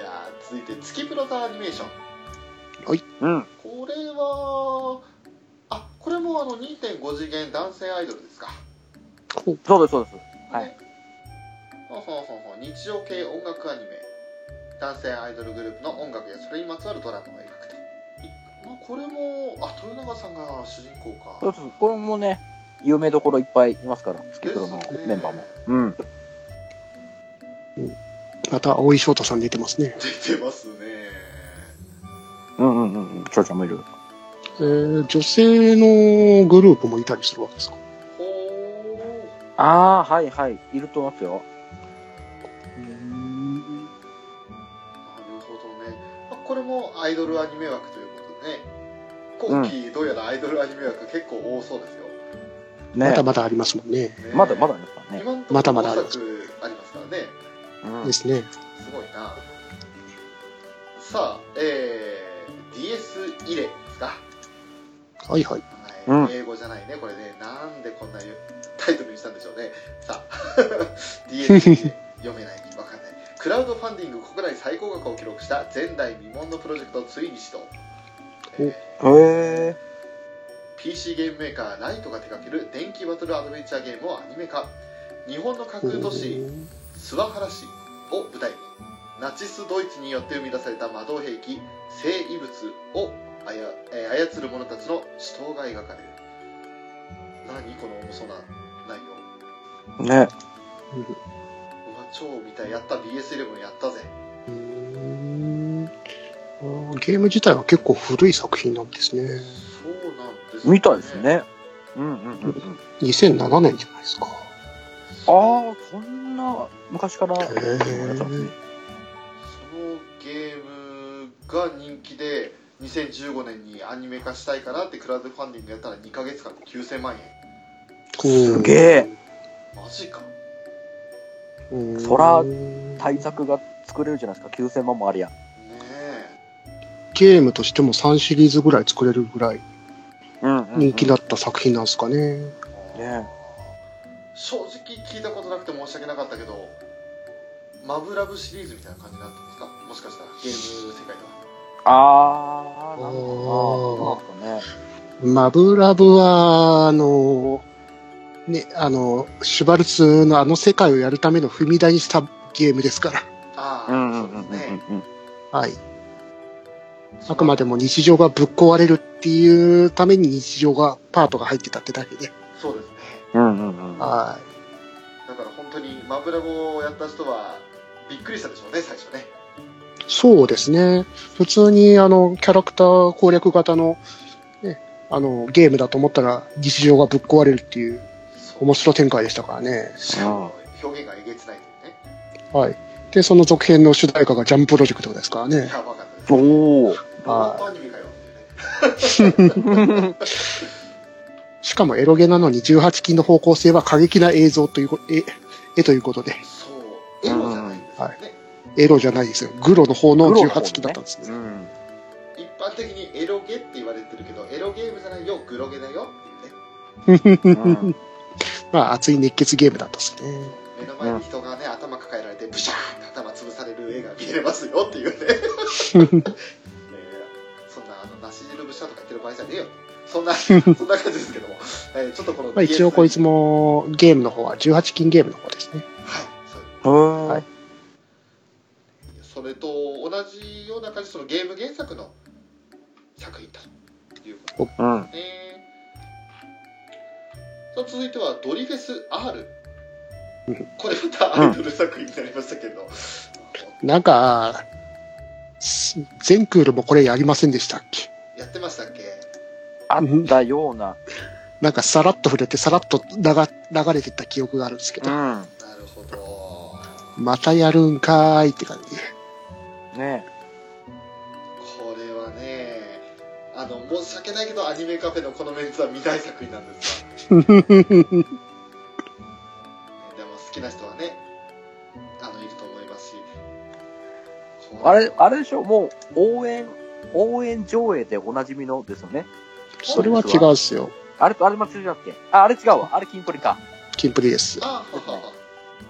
S1: あ続いて月プロザアニメーション
S2: うん。
S1: これはあこれもあの2.5次元男性アイドルですか
S2: そうですそうです。はい
S1: ほうほうほうほう日常系音楽アニメ男性アイドルグループの音楽やそれにまつわるドラマを描くといまあこれもあ豊永さんが主人公か
S2: そうそう。これもね、有名どころいっぱいいますから、スケプロの
S1: ですね
S2: メンバーも。うん。
S3: また、青井翔太さん出てますね。
S1: 出てますね
S2: うんうんうんうん。ちょうちゃんもいる。
S3: えー、女性のグループもいたりするわけですか。
S1: ほう
S2: ああ、はいはい。いると思いますよ。
S1: なるほどね、まあこれもアイドルアニメ枠ということでね今期どうやらアイドルアニメ枠結構多そうですよ、
S3: ま
S2: ね
S3: だまだありますもんね。
S1: ね
S2: まだまだですからね。
S1: 今のところ
S3: まだまだあり
S1: 5
S3: ます
S1: 作ありますからね
S2: うん
S3: で。すね。
S1: すごいなさあえー、DS イレですか、
S3: はいは
S1: は
S3: い。
S1: い
S2: うん
S1: 英語じゃないねこれねなんでこんなタイトルにしたんでしょうねさあ DS イレ読めないわかんないクラウドファンディング国内最高額を記録した前代未聞のプロジェクトをついに始動、えー
S2: へえ。
S1: PC ゲームメーカーライトが手掛ける電気バトルアドベンチャーゲームをアニメ化日本の架空都市諏訪原市を舞台にナチスドイツによって生み出された魔導兵器聖遺物をあや、えー操る者たちの死闘が描かれる何この重そうな内容
S2: ね。
S1: うわ超見たいやった BS11 やったぜ
S3: うーんあーゲーム自体は結構古い作品なんですね。
S1: そうなんです
S2: みたいですね。うんうんうんうん。
S3: 2007年じゃないですか。
S2: ああ、そんな昔から
S3: へー
S1: そのゲームが人気で2015年にアニメ化したいからってクラウドファンディングやったら2ヶ月間で9000万円
S2: すげえ
S1: マジか
S3: え
S2: そら対策が作れるじゃないですか。9000万もありゃ。
S1: ねえ
S3: ゲームとしても3シリーズぐらい作れるぐらい
S2: うん
S3: 人気だった作品なんですかね。
S2: ね
S1: 正直聞いたことなくて申し訳なかったけどマブラブシリーズみたいな感じになったんですかもしかしたらゲーム世界では
S2: あー、なる
S3: お
S2: ほ
S3: ー
S2: どな。そうなんですかね。
S3: マブラブは、あの、ね、あの、シュバルツのあの世界をやるための踏み台にしたゲームですから。
S1: ああ、
S2: うんうんう
S1: そうんで
S2: うんう
S1: すね。
S2: ん。
S3: はい。あくまでも日常がぶっ壊れるっていうために日常が、パートが入ってたってだけで。
S1: そうですね。
S2: うんうんうん。
S3: は
S1: だから本当にマブラボをやった人はびっくりしたでしょうね、最初ね。
S3: い。そうですね。普通に、あの、キャラクター攻略型の、ね、あの、ゲームだと思ったら日常がぶっ壊れるっていう面白展開でしたからね。
S1: しかも表現がえげつないというね。
S3: はい。で、その続編の主題歌がジャンプロジェクトですからね。
S1: やばかったです。
S2: おー。
S1: ロボットアニメかよ。
S3: しかもエロゲなのに18禁の方向性は過激な映像というこ、え、絵ということで、
S1: そう。エロじゃないんですよね。
S3: エロじゃないですよ。グロの方の
S2: グロの方
S3: 18
S2: ね
S3: 禁だったんですね。
S2: うん。
S1: 一般的にエロゲって言われてるけど、エロゲームじゃないよ、グロゲだよっていうね。
S2: うん
S3: まあ、熱い熱血ゲームだったんですね。
S1: 目の前に人がね、頭抱えられて、ブシャーって頭潰される映画見れますよっていう ね。ねえそんな、あの、なし汁ブシャーとか言ってる場合じゃねえよ。そん な、そんな感じですけども。えーちょっとこの、
S3: まあ、一応こいつ。もゲームの方は18禁ゲームの方ですね。
S1: はい。そう
S2: はい。
S1: それと同じような感じそのゲーム原作の作品だというこ
S2: うん。
S1: とですね。さあ続いてはドリフェス R
S3: うん。
S1: これまたアイドル作品になりましたけど、
S3: なんか、す全クールもこれやりませんでしたっけ
S1: やってましたっけ
S2: あったような。
S3: なんかさらっと触れて、さらっと流流れてった記憶があるんですけど、
S2: ん。
S1: なるほど。
S3: またやるんかーいって感 じで。
S2: ね
S1: これはね、あの、申し訳ないけどアニメカフェのこのメンツは見たい作品なんですが。でも好きな人はね、あの、いると思いますし。こ
S2: あれ、あれでしょもう、応援、応援上映でおなじみのですよね。
S3: それは違うっすよ。
S2: あれと、あれ間違いだっけあ、あれ違うわ。あれ筋トレか。
S3: キンプリです。
S1: あははは。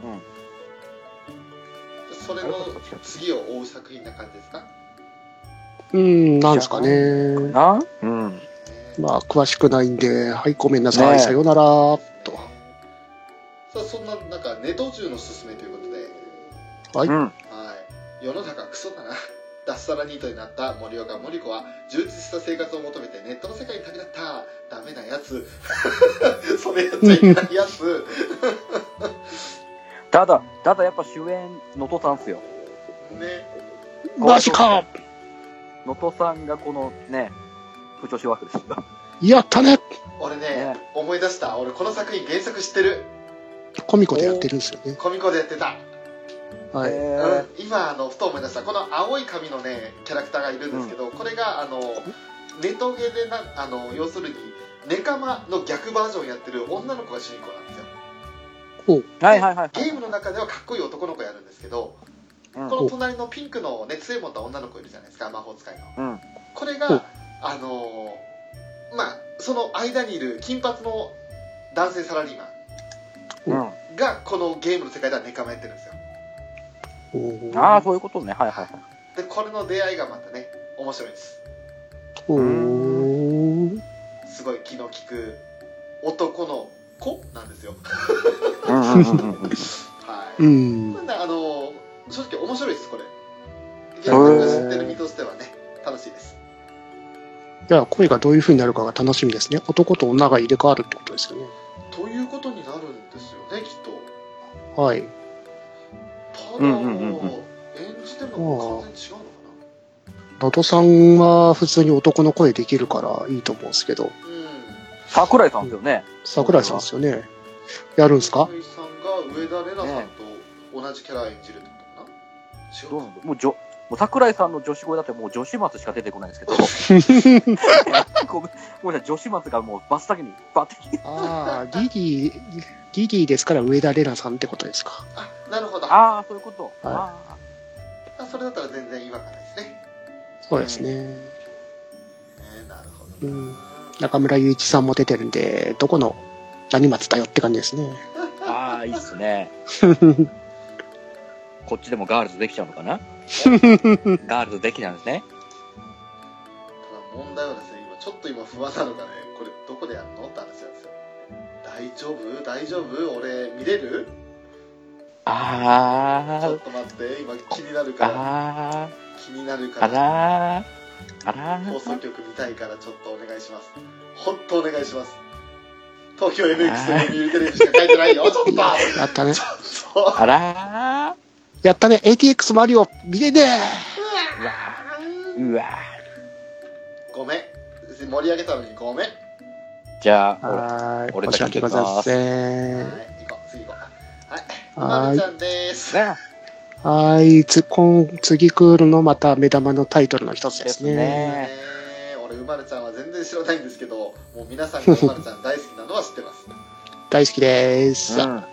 S2: うん。
S1: それの次を追う作品な感じですか、
S3: うん、なんですかね。
S2: なうん。
S3: まあ、詳しくないんで、はい、ごめんなさい、
S2: ねえ
S3: さようなら、と。
S1: さあそんな中ネト中のすすめということで、
S3: はい
S2: うん。
S1: はい、世の中クソだな 脱サラニートになった森岡森子は充実した生活を求めてネットの世界に旅立ったダメなやつ それやっちゃいけないや つ
S2: ただ、ただやっぱ主演、のとさんっすよ。
S1: ね
S3: マジか
S2: のとさんがこのね、不調しわけです。
S3: やったね
S1: 俺ね
S2: ね
S1: 思い出した俺この作品原作知ってる
S3: コミコでやってるんですよね。
S1: コミコでやってた
S3: はい。
S2: え
S1: うん今あのふと思い出したこの青い髪のねキャラクターがいるんですけど、これがあのネトゲでなあの要するにネカマの逆バージョンやってる女の子が主人公なんですよ
S3: ほう。
S2: ー、はいはいはい。
S1: ゲームの中ではかっこいい男の子やるんですけど、
S2: うん
S1: この隣のピンクのね強いもんた女の子いるじゃないですか魔法使いの
S2: うん。
S1: これ
S3: ほう
S1: があのーまあその間にいる金髪の男性サラリーマ
S2: うん。
S1: ンがこのゲームの世界ではネカマやってるんですよ
S3: おー
S2: ああ、そういうことね。はいはいはい。
S1: でこれの出会いがまたね面白いです
S3: おー
S1: すごい気の利く男の子なんですよ。
S2: うんうんうんうん。
S1: は
S3: う
S1: い。
S3: ん
S1: な。んであの正直面白いですこれ。原作が知ってる身としてはね楽しいです。
S3: じゃあ、声がどういう風になるかが楽しみですね。男と女が入れ替わるってことですよね。
S1: ということになるんですよねきっと。
S3: はい。
S1: ただ、
S2: うんうんうんうん
S1: 演じてるのが完全に違うのか
S3: のとさんは普通に男の声できるからいいと思うんですけど、
S1: な。うん。
S2: 桜井さんですよね。
S3: 桜井さんですよね。やるんですか
S1: 井さんが上田玲奈さんと同じキャラ演じるってことか
S2: どう
S1: な。違う
S2: なんだもうじょ、もう桜井さんの女子声だってもう女子松しか出てこないんですけど。 ごめん、ごめんなさい、女子松がもう真っ先に、バッて。
S3: ああ、リリー、リリーですから上田玲奈さんってことですか。
S1: か。あなるほど。あ
S2: ああ、そういうこと。あ
S1: それだったら全然違和感ないですね。
S3: そうですね。
S1: ねなるほど。
S3: うん中村雄一さんも出てるんで、どこの何松だよって感じですね。
S2: ーあー、いいっす ね。 こっちでもガールズできちゃうのかなガールズできなんですね。
S1: 問題はですね今ちょっと今不安なのがねこれどこでやるのって話なんですよ大丈夫大丈夫俺見れるちょ
S2: あ
S1: っと待って今気になる
S2: ー、
S1: から
S2: あ
S1: 気になる
S2: ー、
S1: か
S2: あ
S1: ら
S2: らー、あら
S1: 放送
S2: ー、
S1: 局見たいからちょっとお願いします本当お願いします東京 MX の読売テレビしか書いてないよちょっと
S3: やった ね。
S1: そう
S2: あら
S3: やったね。ATX マリオ、見れね
S2: ー、うわー、うわ
S1: ごめん盛り上げたのにごめんは
S2: ー。じゃ
S3: え。
S2: あ、
S3: はーい。
S2: 俺
S3: 申し訳ございませ
S1: い
S3: ん。
S1: 行こう次行こう
S3: は
S1: はいま
S3: い
S1: るちゃんです
S2: ね、
S3: はーい。つ、今、次クールのまた目玉のタイトルの一つです
S2: で
S3: ね。
S2: すね
S1: ね俺うまるちゃんは全然知らないんですけどもう皆さんがうまるちゃん大好きなのは知ってます
S3: 大好きです。
S2: うん、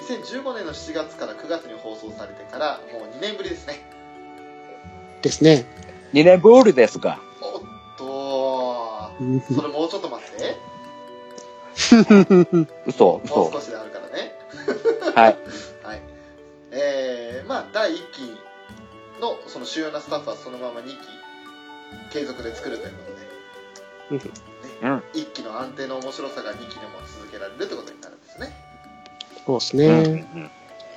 S1: 2015年の7月から9月に放送されてからもう2年ぶりですね
S3: ですね。
S2: 2年ボールですか。
S1: おっと
S3: うん
S1: それもうちょっと待って
S2: 嘘、
S1: もう
S2: 嘘。
S1: 少しであるからね
S2: はい。
S1: はいえー、まあ第1期のその主要なスタッフはそのまま2期継続で作るということで、ね
S2: うんうん
S1: 1期の安定の面白さが2期でも続けられるってことになるんですね
S3: そうです
S2: う
S3: ね。
S2: んうん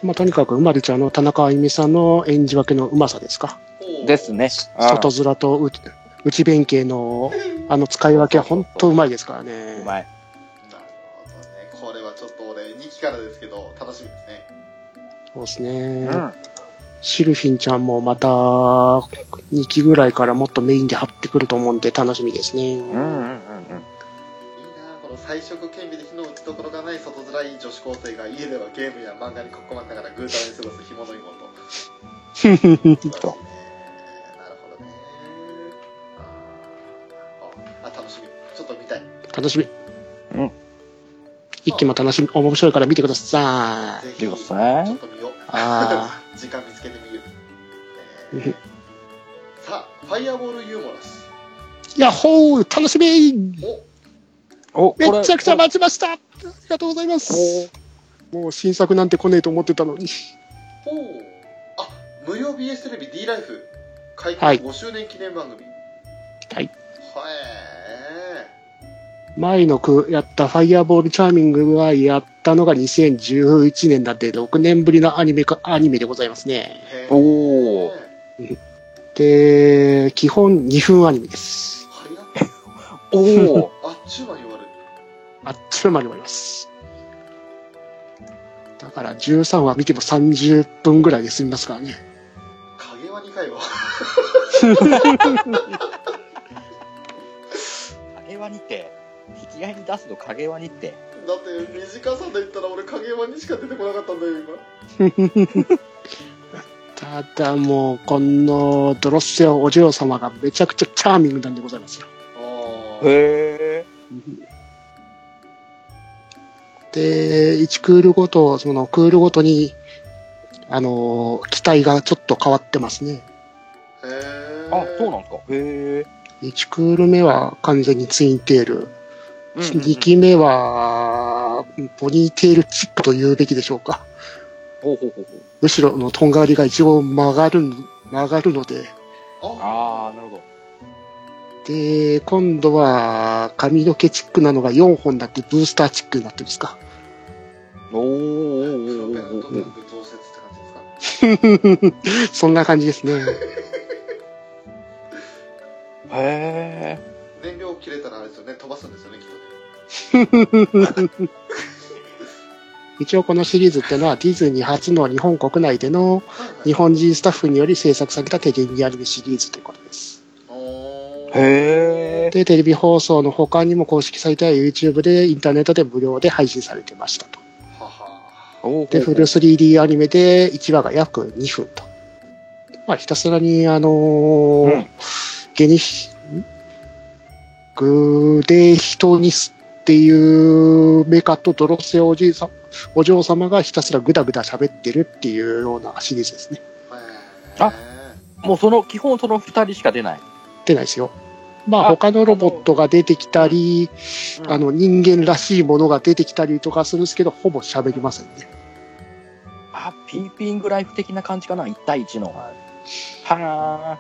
S3: まあ、とにかく、うまるちゃんの田中あゆみさんの演じ分けのうまさですか。
S1: お
S2: う
S1: ー
S2: んですね。
S3: 外面と内内弁慶のあの使い分けは本当うまいですからね
S2: う。まい。
S1: なるほどねこれはちょっと俺2期からですけど楽しみですね
S3: そうです
S2: う
S3: ね。
S2: ん。
S3: シルフィンちゃんもまた2期ぐらいからもっとメインで張ってくると思うんで楽しみですね。
S2: うんうんうん
S1: いいなあこの彩色顕微で火の打ちどころがない外面いい女子高生が家ではゲームや漫画にこっこまりながらぐうたらに過ごす紐の妹
S2: うん。
S1: そう
S2: と。
S1: ですねなるほどねあーあ楽しみちょっと見たいぜ
S3: 楽しみ。
S2: うん
S3: 一期も楽しみ、面白いから見てください。
S1: ひち
S2: り
S1: ょ
S2: ょうさん
S1: っと見よう
S3: あ
S1: 時間見つけてみる、えーさあファイアボールユーモラス
S3: ー。やっほー楽しみ
S1: お
S2: お、これ
S3: めちゃくちゃ待ちましたありがとうございますもう新作なんて来ねえと思ってたのに。
S1: ほうあ無料 BS テレビ D ライフ開
S3: は
S1: 局
S3: い
S1: 5周年記念番組
S3: はい
S1: はえ
S3: 前のくやったファイアボールチャーミングはやったのが2011年だって6年ぶりのアニメか、アニメでございますね。
S1: へえ
S2: おー
S3: で、基本2分アニメです。
S1: 早っ
S2: おー
S1: あっちゅう間に終わる
S3: あっという間に終わります。だから13話見ても30分ぐらいで済みますからね。
S1: 影は2回 は
S2: 影輪にて、引き合いに出すの影輪にて。
S1: だって短さで言ったら俺影はにしか出てこなかったんだよ今
S3: ただもう、このドロッセオお嬢様がめちゃくちゃチャーミングなんでございますよ。
S1: あー
S2: へえ。
S3: で、1クールごと、そのクールごとに、あの、期待がちょっと変わってますね。
S1: へ
S2: あ、そうな
S1: の
S2: んですか。へえ。
S3: 1クール目は完全にツインテール。2期目は、ポニーテールチップと言うべきでしょうか。
S2: ほうほうほうほう。
S3: むしろ、の、とんがりが一応曲がる、曲がるので。
S2: ああ、なるほど。
S3: で、今度は、髪の毛チックなのが4本だって、ブースターチックになってるんですか。
S2: おーお
S1: プロペラ
S2: ーおーお
S1: と
S2: ーおー
S1: く増設って感じですか
S3: そんな感じですね。
S2: へえ。
S1: 燃料切れたらあれですよね飛ばすんですよねきっとね
S3: 一応このシリーズってのは、ディズニー初の日本国内で
S1: はい
S3: の
S1: はい
S3: 日本人スタッフにより制作されたテレビアニメシリーズということです。
S1: おー
S2: へえ。
S3: で、テレビ放送の他にも公式サイトや YouTube でインターネットで無料で配信されてましたと。
S1: はは
S2: おー
S3: で、フル 3D アニメで1話が約2分と。まあ、ひたすらに、あのー
S2: うん
S3: ゲニヒ、ん具で人にすっていうメカとドロッセおじいさん、お嬢様がひたすらグダグダ喋ってるっていうようなシリーズですね。
S1: は
S2: あもうその、基本その二人しか出ない。
S3: 出ないですよ。まあ、
S2: あ
S3: 他のロボットが出てきたり、
S2: うん
S3: あの、人間らしいものが出てきたりとかするんですけど、ほぼ喋りませんね。
S2: あ、ピーピングライフ的な感じかな。一対一の。はあ。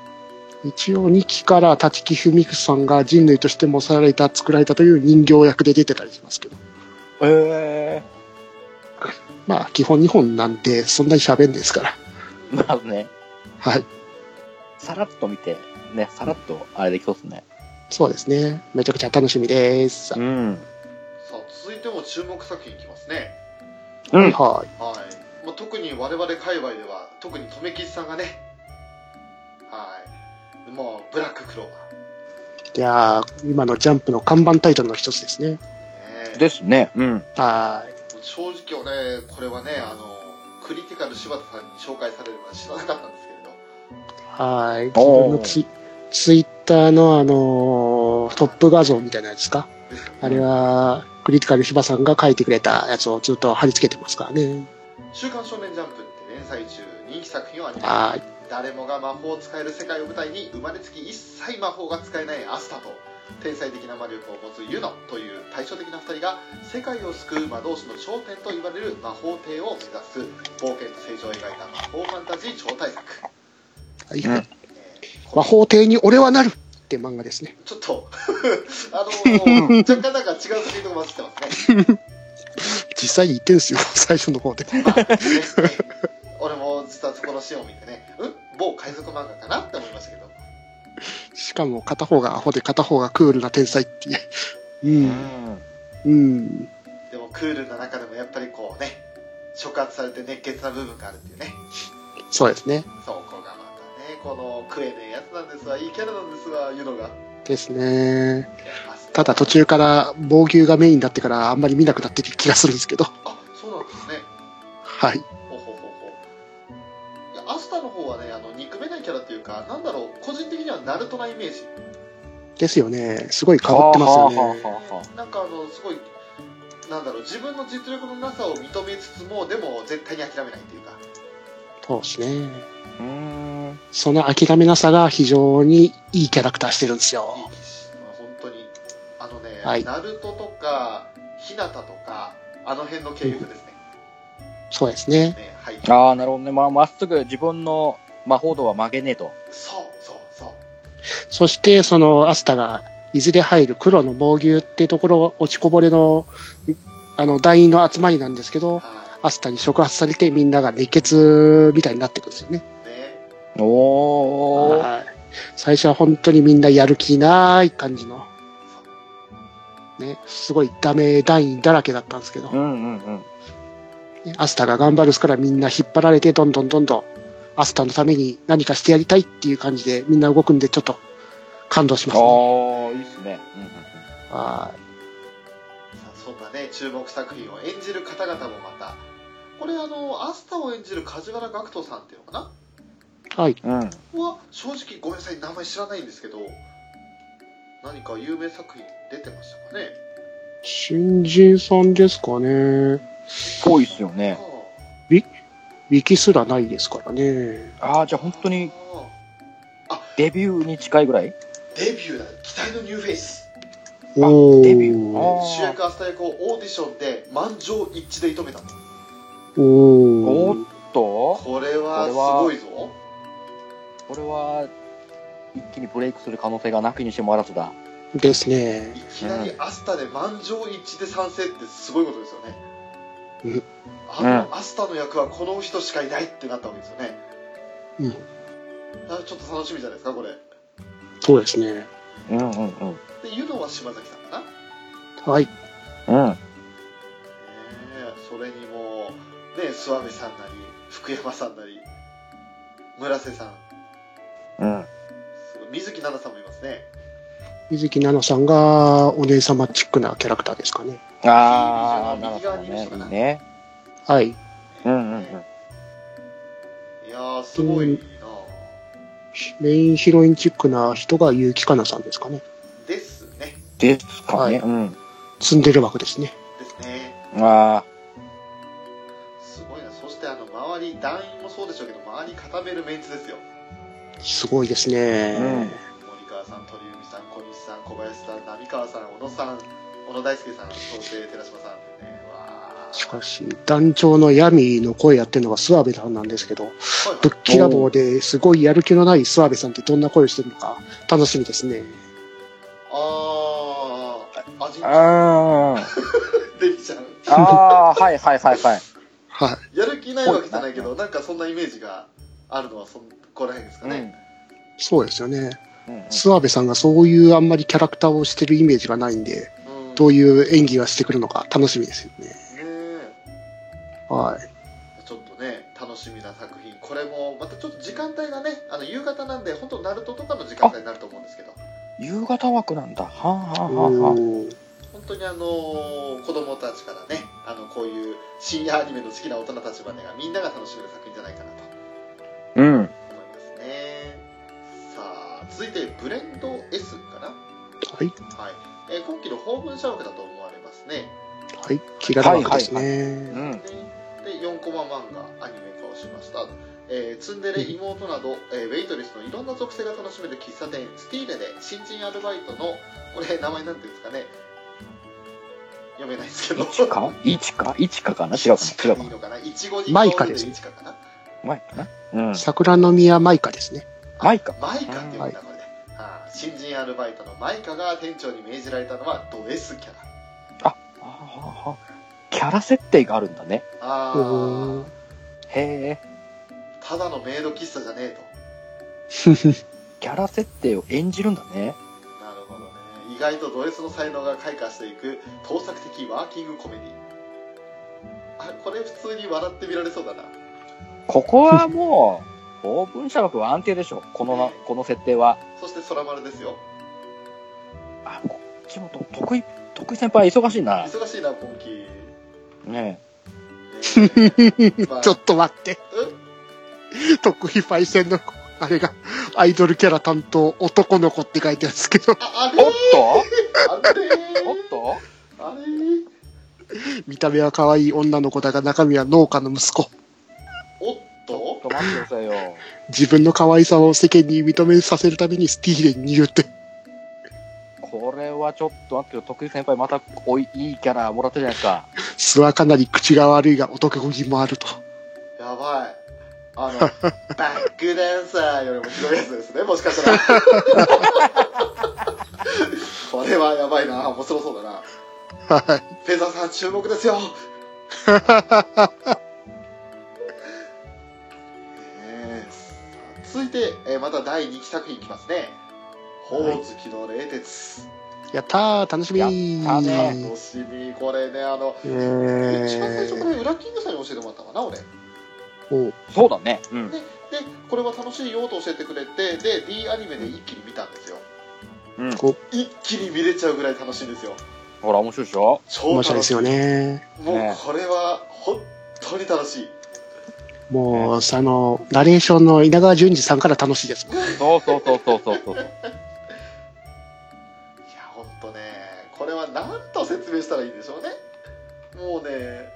S3: 一応2期から立木文久さんが人類として模された作られたという人形役で出てたりしますけど
S2: ええ
S3: まあ基本2本なんでそんなに喋んないですから
S2: まあね、
S3: はい
S2: さらっと見て、ね、さらっとあれできそうですね。
S3: そうですねめちゃくちゃ楽しみです、
S2: ん。
S1: さあ続いても注目作品いきますね
S2: うん。
S3: はい
S1: はい、まあ、特に我々界隈では特に留吉さんがねはいもうブラッククローバ
S3: いやー今のジャンプの看板タイトルの一つですね
S1: ー、ね、
S2: ですね。うん。
S3: はい
S1: 正直俺これはねあのクリティカル柴田さんに紹介されるのは知らなかったんですけれど
S3: はい。自
S2: おー
S3: 分のツイツイッターの、あのートップ画像みたいなやつか。あれは、クリティカルヒバさんが書いてくれたやつをずっと貼り付けてますからね。
S1: 「週刊少年ジャンプ」って連載中人気作品をアニメ化
S3: はい。
S1: 誰もが魔法を使える世界を舞台に生まれつき一切魔法が使えないアスタと天才的な魔力を持つユノという対照的な2人が世界を救う魔導士の頂点と言われる魔法帝を目指す冒険と成長を描いた魔法ファンタジー超大作、
S3: はい
S2: うん
S3: 魔法帝に俺はなるって漫画ですね。
S1: ちょっとあのー、若干なんか違う作品と混じってますね
S3: 実際に言ってんすよ、 最初の方で。
S1: まあね俺も実はそこのシーンを見てね、うん某海賊漫画かなって思いましたけど、
S3: しかも片方がアホで片方がクールな天才っていう。うん。うん。
S1: でもクールな中でもやっぱりこうね、触発されて熱血な部分があるっていうね、
S3: そうですね。
S1: そこがまたね、この食えねえやつなんですわ、いいキャラなんですわ、いうのが。
S3: ですね。ただ途中から防牛がメインだってからあんまり見なくなってる気がするんですけど。
S1: あそうなんですね。
S3: はい。
S1: ほうほうほうほう。いや、アスタの方はね、あの憎めないキャラっていうか、なんだろう、個人的にはナルトなイメージ。
S3: ですよね。すごい被ってますよね。
S1: なんかあの、すごい、なんだろう、自分の実力のなさを認めつつも、でも絶対に諦めないっていうか。
S3: そうですね。
S2: うん。
S3: その諦めなさが非常にいいキャラクターしてるんです
S1: いい
S3: よ。
S1: 騎士まあ本当にあのね、
S3: はい
S1: ナルトとか日向とかあの辺の系譜ですね,、
S3: そうですね。
S1: ねはい
S2: ああ、なるほどね。まあ、まっすぐ自分の魔法度は曲げねえと。
S1: そうそうそう
S3: そして、そのアスタがいずれ入る黒の防牛ってところ、落ちこぼれの、あの、団員の集まりなんですけど、
S1: は
S3: アスタに触発されてみんなが熱血みたいになってくるんですよね。
S1: いね
S2: おー。
S3: はい最初は本当にみんなやる気ない感じの、ね、すごいダメ団員だらけだったんですけど
S2: う、んうんうん。
S3: ねアスタが頑張るからみんな引っ張られてどんどんどんどんアスタのために何かしてやりたいっていう感じでみんな動くんでちょっと感動しますね。
S2: ああ、いいっすね。
S1: さ
S3: は
S1: あそんなね注目作品を演じる方々もまたこれあのアスタを演じる梶原学人さんっていうのかない
S3: はい。
S2: うんうん。うん。
S1: は正直ごめんなさい名前知らないんですけど何か有名作品出てましたかね
S3: 新人さんですかね。ウ
S2: ぽいっすよね。
S3: ィキすらないですからね。
S2: ああ、じゃあ本当にデビューに近いぐらい
S1: デビューだ期待のニューフェイス
S3: お
S2: デビュー。
S3: お
S1: 主役アスタ役をオーディションで満場一致で射止めたの
S3: おー
S2: あと、
S1: これはすごいぞ
S2: これは、一気にブレイクする可能性がなきにしもあらずだ。
S3: ですね。
S1: いきなりアスタで満場一致で賛成ってすごいことですよ
S3: うん
S1: ねあのアスタの役はこの人しかいないってなったわけですよね
S3: うん。
S1: だからちょっと楽しみじゃないですかこれ
S3: そうですね。
S2: うんうんうん。
S1: でユノは島崎さんかなね
S3: はい。
S2: うん。
S1: えそれにもうね諏訪部さんなり福山さんなり村瀬さん
S2: うん。
S1: すごい水木奈々さんもいますね
S3: 水木奈々さんがお姉様チックなキャラクターですかね。
S2: ああ、なる
S1: 右
S2: ほ
S1: 側
S2: ど
S1: にいる
S2: ね。
S1: 人
S2: い
S1: だ
S2: い
S1: な
S2: ね。
S3: はい。
S2: うんうんうん。
S1: いやーすごいな
S3: メインヒロインチックな人が結城かなさんですかね。
S1: ですね
S2: ですか
S3: はい
S2: ね。うん。
S3: ツンデレ枠ですね。
S1: ですね
S2: ああ、
S1: すごいなそしてあの周り団員もそうでしょうけど周り固めるメンツですよ
S3: すごいですね。
S1: 森川さん鳥海さん小西さん小林さん浪川さん小野さん小野大輔さんそして寺島さんねわ
S3: しかし、団長の闇の声やってるのが諏訪部さんなんですけど、ぶっきらぼうですごいやる気のない諏訪部さんってどんな声をしてるのか楽しみですね。
S1: あー、味
S2: あ
S1: デリちゃん。
S2: あ、ああ、はいはいはいはい。
S3: は
S1: やる気ないわけじゃないけど、なんかそんなイメージがあるのはそん、こら辺ですか
S2: うん
S1: ね。
S3: い。そうですよね。
S2: うんうん
S3: 諏訪部さんがそういうあんまりキャラクターをしてるイメージがないんで、
S1: うん
S3: どう
S1: ね
S3: いう演技がしてくるのか楽しみですよね。
S1: え
S3: はい。
S1: ちょっとね、楽しみな作品。これも、またちょっと時間帯がね、あの、夕方なんで、本当ナルトとかの時間帯になると思うんですけど、
S2: 夕方枠なんだ。はあはあ
S3: う
S2: はあはあ。
S3: ーん
S1: 本当にあのー子供たちからね、あの、こういう深夜アニメの好きな大人たちまでが、みんなが楽しめる作品じゃないかなと
S2: うん。
S1: 思いますね。さあ、続いて、ブレンド S かな
S3: は
S1: は
S3: い。
S1: い。えー今期の法文社枠だと思われますね。
S3: はい。キララ枠ですね。
S2: うん。
S1: で4コマ漫画アニメ化をしました、えーツンデレ妹など、えーウェイトレスのいろんな属性が楽しめる喫茶店スティーレで新人アルバイトのこれ名前なんていうんですかね読めないですけど
S2: 一か一か一かかな違うかな違うか
S1: いいのかないちごに
S3: マイカです
S1: いちかかな
S2: なマイかなうん。
S3: 桜の宮マイカですね。
S2: マイカ。
S1: マイカって呼ぶんだこれで、あー新人アルバイトのマイカが店長に命じられたのはド S キャラ
S2: ああはあはあキャラ設定があるんだね。
S1: あ
S3: う
S1: ー
S3: ん
S2: へえ。
S1: ただのメイド喫茶じゃねえと
S2: キャラ設定を演じるんだね。
S1: なるほどね意外とド S の才能が開花していく盗作的ワーキングコメディあこれ普通に笑って見られそうだな
S2: ここはもう、法文社枠は安定でしょ。この、この設定は。
S1: そして空丸ですよ
S2: あ、こっちもと得意、得意先輩忙しいな。
S1: 忙しいな今 期、
S2: ね
S1: えーまあ
S3: ちょっと待って。 得意パイセンの、あれが、アイドルキャラ担当、男の子って書いてあるんですけど、
S1: ああ
S2: え。
S1: れ
S2: おっと
S1: あれ
S2: おっと
S1: あれ
S3: 見た目は可愛い女の子だが中身は農家の息子。
S1: おっ
S2: ちょっ
S1: と
S2: と待ってくださいよ。
S3: 自分の可愛さを世間に認めさせるためにスティーレに言うって。
S2: これはちょっと待ってよ。徳井先輩またおいいいキャラもらったじゃないですか。
S3: 素はかなり口が悪いが男気もあると。
S1: やばいあ のバックダンサーよりもひどいやつですねもしか したらこれはやばいな面白そうだな
S3: はい。
S1: フェザーさん注目 ですよねえ続いて、えーまた第2期作品いきますね「ほおずきの冷徹
S3: やったー、楽しみー。
S2: やった」ね
S1: 楽しみこれねあの、
S3: え
S1: 一番最初これ
S3: ー、
S1: 裏キングさんに教えてもらったのかな俺で
S3: おう
S2: そうだね。うん。
S1: これは楽しいよと教えてくれてで D アニメで一気に見たんですよ
S2: うん。
S1: 一気に見れちゃうぐらい楽しいんですよ
S2: ほら、面白いでしょ
S1: 超
S3: 面
S1: 楽しい
S3: 白いですよね。
S1: もう
S2: ね
S1: これは本当に楽しい
S3: もう、あの、ナレーションの稲川淳二さんから楽しいですもん。
S2: そうそうそうそうそうそう。
S1: いやほんとねこれは何と説明したらいいんでしょうねもうね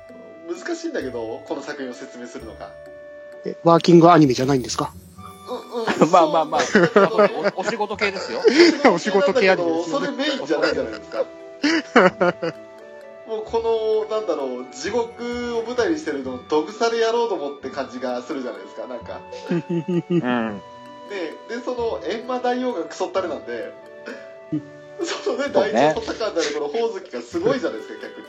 S1: 難しいんだけどこの作品を説明するのが
S3: えワーキングアニメじゃないんですか
S1: う
S2: まあまあまあ
S1: そうなんだけどね
S2: おお仕事系ですよ。
S3: お仕事系アニメです
S1: そ
S3: よね
S1: れメインじゃないじゃないです かもうこのなんだろう地獄を舞台にしてるの毒され野郎どもって感じがするじゃないですかなんか
S2: うん。
S1: ねでその閻魔大王がクソったれなんで そのね
S2: そうね
S1: 大丈夫ったかんだこのほおずきがすごいじゃないですか逆に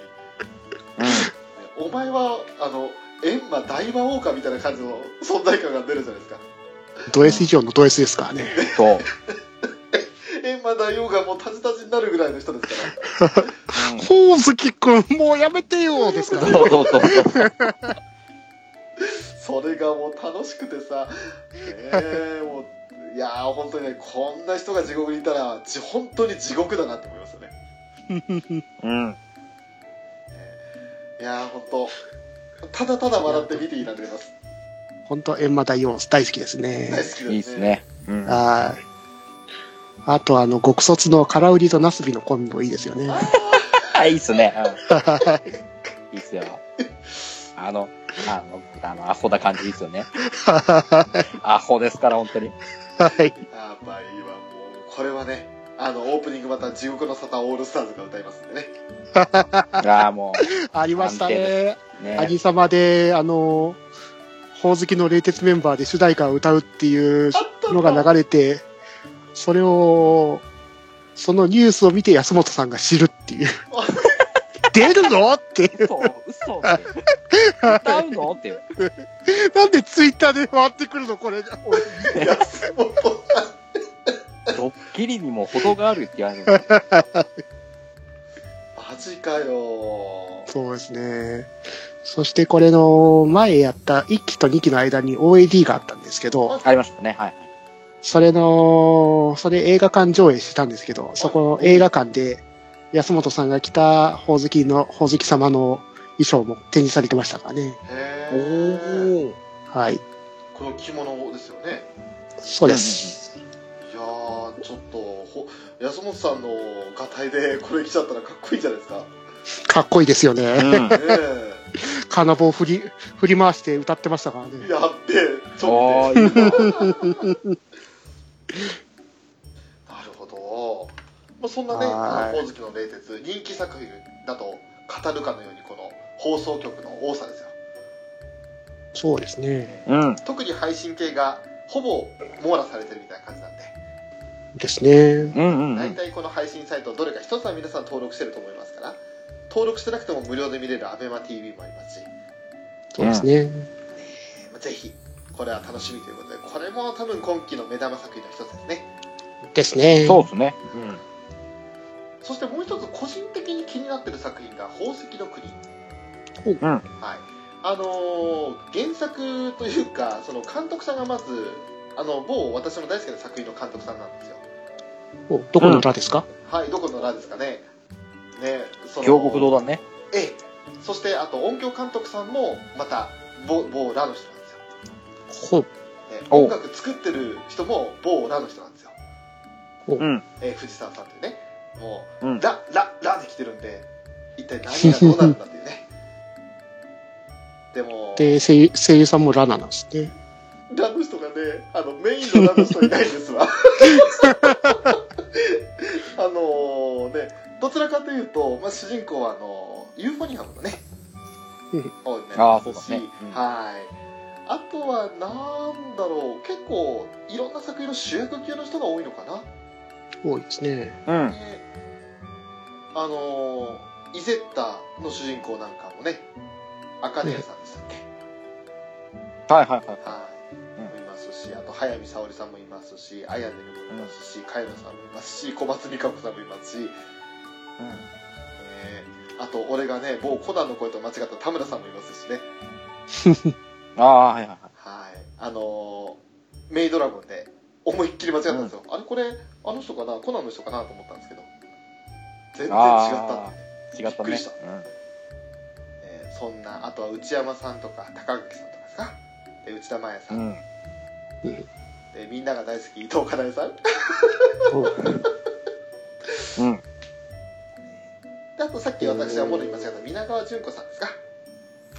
S1: お前はあの閻魔大魔王かみたいな感じの存在感が出るじゃないですか
S3: ド S 以上のド S ですからね。
S2: そう。
S1: 閻魔大王がもうタジタジになるぐらいの人ですから
S3: ほうずきくん、もうやめてよです からね。
S2: そうそうそうそう。
S1: それがもう楽しくてさねえもういやー本当にねこんな人が地獄にいたらじ本当に地獄だなって思いますよね
S2: うん。
S1: いやー本当ただただ笑って見ていられます
S3: ほんと、閻魔大王大好きです
S1: 大好き
S3: ね。
S1: ですね
S2: いいですね。うん。
S3: はい。あと、あの、極卒の空売りとナスビのコンビもいいですよね。
S1: あ
S2: あ、いいっすね。
S3: は
S2: うん。いいっすよ。あの、あの、あの、アホな感じいいっすよ ね。アホですから、本当に。
S3: い。
S1: ーやばいわもうこれはねあのオープニングまた地獄の沙汰オールスターズが歌いますんでね
S2: ああ、もう、
S3: ありましたね。
S2: ね
S3: 兄様で、あの、ほおずきの冷徹メンバーで主題歌を歌うっていうのが流れて、それを、そのニュースを見て安本さんが知るっていう。出るぞっていう。
S2: 嘘嘘歌うのっていう
S3: なんでツイッターで回ってくるのこれ。
S1: 安本
S2: ドッキリにも程があるって言われる
S1: マジかよ
S3: そうですね。そしてこれの前やった1期と2期の間に OAD があったんですけど、
S2: ありましたねはい
S3: それの、それ映画館上映したんですけど、そこの映画館で安本さんが着たほおずきの、ほおずき様の衣装も展示されてましたからね。
S1: へ
S2: お
S1: え
S2: お
S3: はい。
S1: この着物ですよね
S3: そうです。
S1: いやーちょっとほ安本さんのがたいでこれ着ちゃったらかっこいいじゃない ですかね
S3: かっこいいですよね。
S1: え
S3: 金棒振り、振り回して歌ってましたからね。
S1: やってちょっと
S2: ああいいな
S1: なるほど、まあ、そんなね
S3: は
S1: あ
S3: い
S1: の「ほおずきの冷徹」人気作品だと語るかのようにこの放送局の多さですよ
S3: そうですね。
S2: うん
S1: 特に配信系がほぼ網羅されてるみたいな感じなんで
S3: ですね。
S2: うんうんう
S1: 大
S2: ん
S1: 体この配信サイトどれか一つは皆さん登録してると思いますから登録してなくても無料で見れる ABEMATV もありますし
S3: そうですね。
S1: まあぜひこれは楽しみということでこれも多分今期の目玉作品の一つですね
S3: ですね。
S2: そうですね
S1: そしてもう一つ個人的に気になってる作品が「宝石の国」
S3: ほう
S2: うん
S1: はいあのー原作というかその監督さんがまずあの某私の大好きな作品の監督さんなんですよ
S3: おどこの歌ですか、
S1: はいどこのラですかねねその
S2: 京極堂だね
S1: ええそしてあと音響監督さんもまた某某ラの人なんですよ
S3: ほう
S1: ね
S2: お
S1: 音楽作ってる人も某ラの人なんですよ、
S3: お
S2: うん
S1: えー藤沢さんっていうねもう、
S2: うん
S1: ラララで来てるんで一体何がどうなるんだっていうねでも
S3: で声優、声優さんもラナなんですね。
S1: ラの人がねあのメインのラの人いないんですわあのねどちらかというと、まあ、主人公はあのユーフォニアムのね
S3: うん
S1: 方になり
S2: ああ
S1: ま
S2: そうだ
S1: すし、
S2: ねうん
S1: はいあとはなんだろう結構いろんな作品の主役級の人が多いのかな
S3: 多いですね。
S2: うん
S1: ねあのーイゼッタの主人公なんかもねアカデミさんでしたっけ、
S2: はいはいはい
S1: はい、
S2: う
S1: いますしあと早見沙織さんもいますし綾部もいますし佳代さんもいますし小松美香子さんもいますし、えーあと俺がね某コナンの声と間違った田村さんもいますしね
S2: ああはいはい
S1: はいあのーメイドラゴンで思いっきり間違ったんですよ、あれこれあの人かなコナンの人かなと思ったんですけど全然違ったんでね
S2: 違った
S1: びっくり
S2: ね
S1: したえーそんなあとは内山さんとか高垣さんとかさで内田真也さ、
S2: うんん
S1: でみんなが大好き伊藤かなえさん
S2: うん
S1: であとさっき私はもろ言いましたけど皆川純子さんですか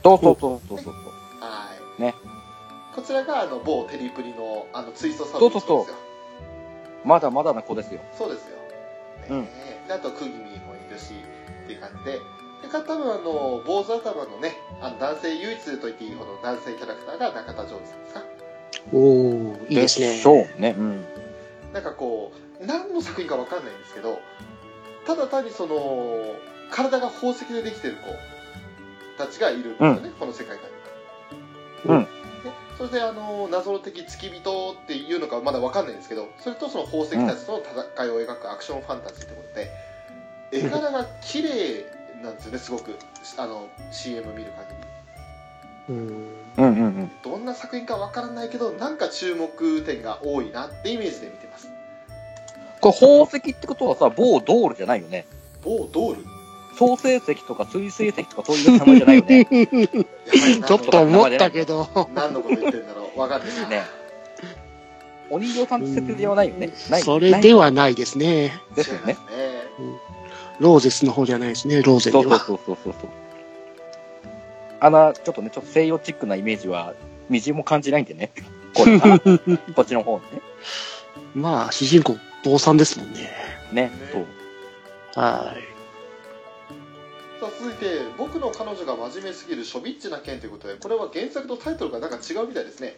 S2: そうそうそうそうそう
S1: はい
S2: ね
S1: こちらがあの某テリプリのあのツイストサウンドの人ですよ
S2: まだまだな子ですよ
S1: そうですよ、ねであとクギミもいるしっていう感じででか多分あの坊主頭のねあの男性唯一と言っていいほど男性キャラクターが中田ジョージさんですか
S3: おおいいですね。
S2: しょうねうん
S1: なんかこう何の作品かわかんないんですけどただ単にその体が宝石でできてる子たちがいるんですよね、この世界観に
S2: うん
S1: ねそれであの謎の敵付き人っていうのかまだわかんないんですけどそれとその宝石たちとの戦いを描くアクションファンタジーってことで、絵柄が綺麗なんですよねすごくあの CM 見る限り
S3: うん
S2: うんうんうん
S1: どんな作品かわからないけどなんか注目点が多いなってイメージで見てます
S2: これ宝石ってことはさ某ドールじゃないよね
S1: 某ドール
S2: 創生石とか水星石とかそういう名前じゃないよ ね
S1: やばいな
S3: ちょっと思ったけど、
S1: 何のこと言ってんだろうわかんないな
S2: ねお人形さんって設定ではないよねない
S3: それで
S2: は
S3: はないですね。
S2: ですよね
S1: 違いますね
S3: ローゼスの方じゃないですね、ローゼで
S2: そうそう
S3: は。
S2: そうそうそうそうあのちょっとねちょっと西洋チックなイメージはみじんも感じないんでねこれ こっちの方ね
S3: まあ、主人公、坊さんですもんね。
S2: ねそう
S3: はい。
S1: さあ続いて「僕の彼女が真面目すぎるショビッチな件」ということでこれは原作とタイトルがなんか違うみたいですね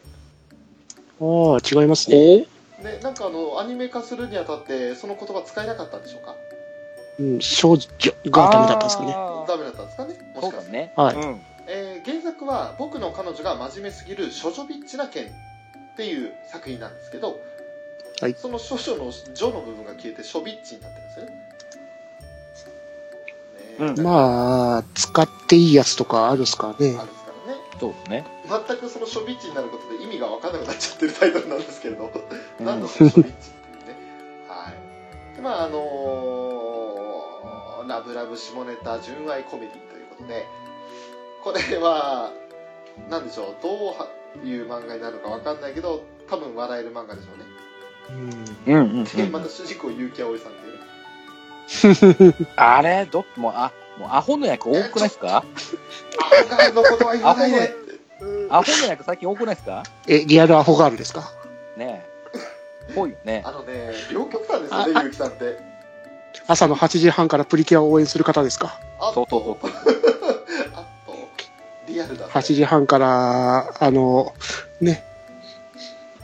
S3: ああ、違いますね。
S4: おお
S1: でなんかあのアニメ化するにあたってその言葉使えなかったんでしょうか
S3: うん、少女がダメだったんですかね。
S1: ダメだったんですかねも
S2: そ
S1: し
S2: う
S1: か
S2: だ
S1: して、
S2: ね。
S3: はい。
S4: うん。
S1: えー原作は「僕の彼女が真面目すぎるショジョビッチな件」っていう作品なんですけど、
S3: はい
S1: その「少女」の「女」の部分が消えて「ショビッチ」になってるんですよねねえ
S2: うん
S1: あ
S3: まあ、使っていいやつとかあるっすからね
S1: あ。るんですからね
S2: そうだね。
S1: 全くそのショビッチになることで意味が分からなくなっちゃってるタイトルなんですけれど、
S2: うん
S1: 何のそのショビッチっていうねはいでまああのーラブラブ下ネタ純愛コメディということでこれは何でしょうどういう漫画になるのか分かんないけど多分笑える漫画でしょうね、
S3: うん。
S2: うんうん、うん。
S1: でまた主人公結城葵さんっていうね
S2: あれどもう、あ、もうアホの役多くないですか
S1: アホガールのことは言わないでうん
S2: アホの役最近多くないですか
S3: え、リアルアホガールですか
S2: ねえ。ぽいよね。
S1: あのね両極端ですよね
S3: ああ
S1: 結城さんって
S3: 朝の8時半からプリキュアを応援する方ですか
S1: あ
S2: そうそうそう。
S1: あとリアルだね
S3: ?8 時半から、あの、ね、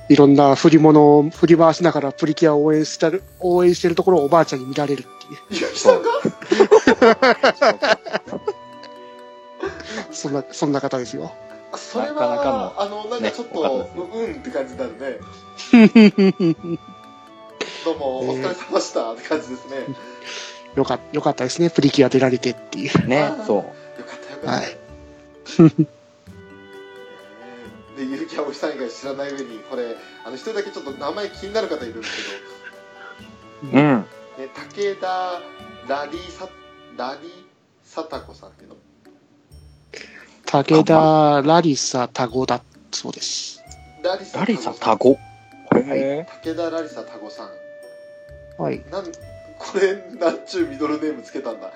S3: いろんな振り物を振り回しながらプリキュアを応援してる、応援してるところをおばあちゃんに見られるっていう、
S1: ゆきさんが
S3: そんな、そんな方です よ。
S1: あそれは
S2: なかなか
S1: あのなんか
S2: ね
S1: ちょっ
S2: わかんな
S1: と
S2: い、
S1: ううんって感じになるねどうもお疲れ様でしたって感じですねよ
S3: よか、よかったですね、プリキュア出られてっていう。
S2: ねえ、そう。
S1: かったよかった、
S3: はい。
S1: でゆきあおさん以外知らない上にこれあの一人だけちょっと名前気になる方いるんです
S2: うん。
S1: けど、ね、武田ラリーサラリーサタコさんっていうの
S3: 武田ラリサタゴだそうです。
S1: ラリサ
S2: ラリさん、タ
S1: タ
S2: ゴ。
S3: い
S2: へ
S1: 武田ラリサタコさん
S3: はい。
S1: なんこれなんちゅうミドルネームつけたんだ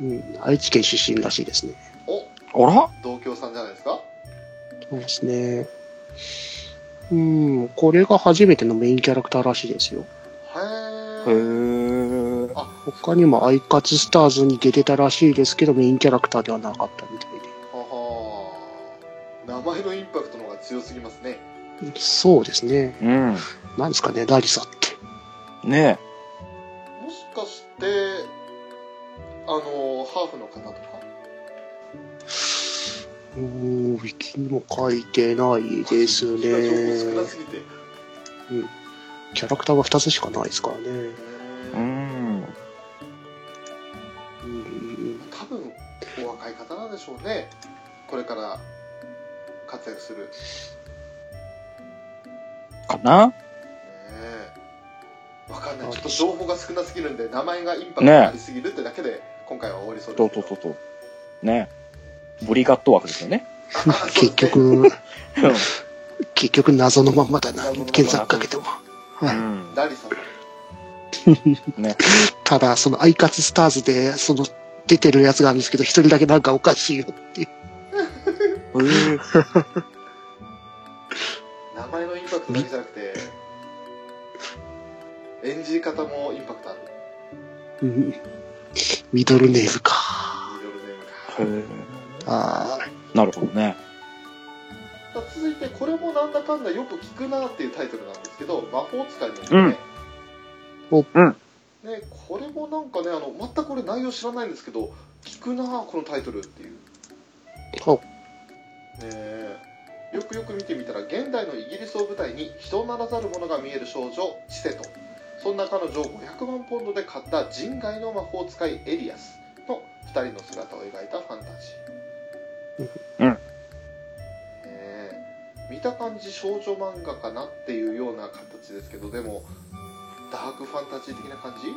S3: うん、愛知県出身らしいですね。
S1: お
S2: えあら
S1: 同郷さんじゃないですか
S3: そうですね。うん、これが初めてのメインキャラクターらしいですよ。
S1: へえ
S2: へえ。
S3: 他にもアイカツスターズに出てたらしいですけど、メインキャラクターではなかったみたい
S1: はは名前のインパクトの方が強すぎますね
S3: で。そうですね。
S2: うん。
S3: なんですかね、ラリサって。
S2: ね
S1: もしかしてあのハーフの方とか
S3: うーん、ウィキにも書いてないです
S1: 情報少な
S3: ね。
S1: すぎてう
S3: キャラクターは2つしかないですからね。
S2: え。う
S1: ーん
S2: ん。
S3: うん、
S1: 多分お若い方なんでしょうねこれから活躍するね
S2: かな
S1: えわかんないちょっと情報が少なすぎるんで名前がインパクトがありすぎるってだけで今回は終わりそうで
S2: そう
S1: すけ
S2: そ
S1: ど
S2: うそうそう。ねえ。ブリガット枠ですよね。
S1: あそうですね
S3: 結局、
S2: うん
S3: 結局謎のまんまだな、検索かけても。
S2: うん。
S1: ダリさん
S2: ね
S3: ただ、そのアイカツスターズで、その出てるやつがあるんですけど、一人だけなんかおかしいよっていう。
S2: え。
S1: 名前のインパクトだけじゃなくて演じ方もインパクトある
S3: うんミドルネームか。
S1: ミドルネーム
S2: へ
S1: か
S2: え
S3: あ
S2: なるほどね。
S1: さあ続いてこれもなんだかんだよく聞くなっていうタイトルなんですけど魔法使いの夢、ね
S3: うん
S2: おうん
S1: ね、これもなんかねあの全くこれ内容知らないんですけど聞くなこのタイトルっていうね
S3: あ。お
S1: えよくよく見てみたら現代のイギリスを舞台に人ならざる者が見える少女チセとそんな彼女を500万ポンドで買った人外の魔法使いエリアスの2人の姿を描いたファンタジー
S2: うん
S1: ねえ見た感じ少女漫画かなっていうような形ですけどでもダークファンタジー的な感じ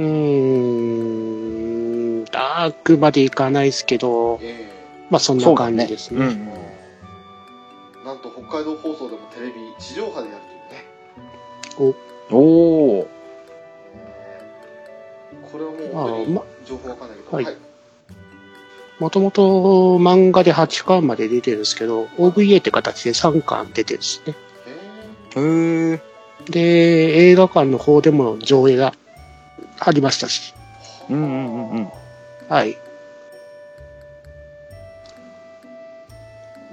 S3: うーん、ダークまでいかないですけど、
S1: え
S3: まあそんな感じです
S2: う
S3: ね。
S1: え
S2: ん。
S1: なんと北海道放送でもテレビ地上波でやるというね
S2: おー。
S1: これはもう本当
S3: あ
S1: に
S3: ま
S1: 情報わかんないけど、
S3: はい
S1: はい
S3: もともと漫画で8巻まで出てるんですけど、OVA って形で3巻出てるんですね。
S1: へえ
S2: へえ。
S3: で、映画館の方でも上映がありましたし。
S1: は
S2: うんうんうんうん。
S3: はい。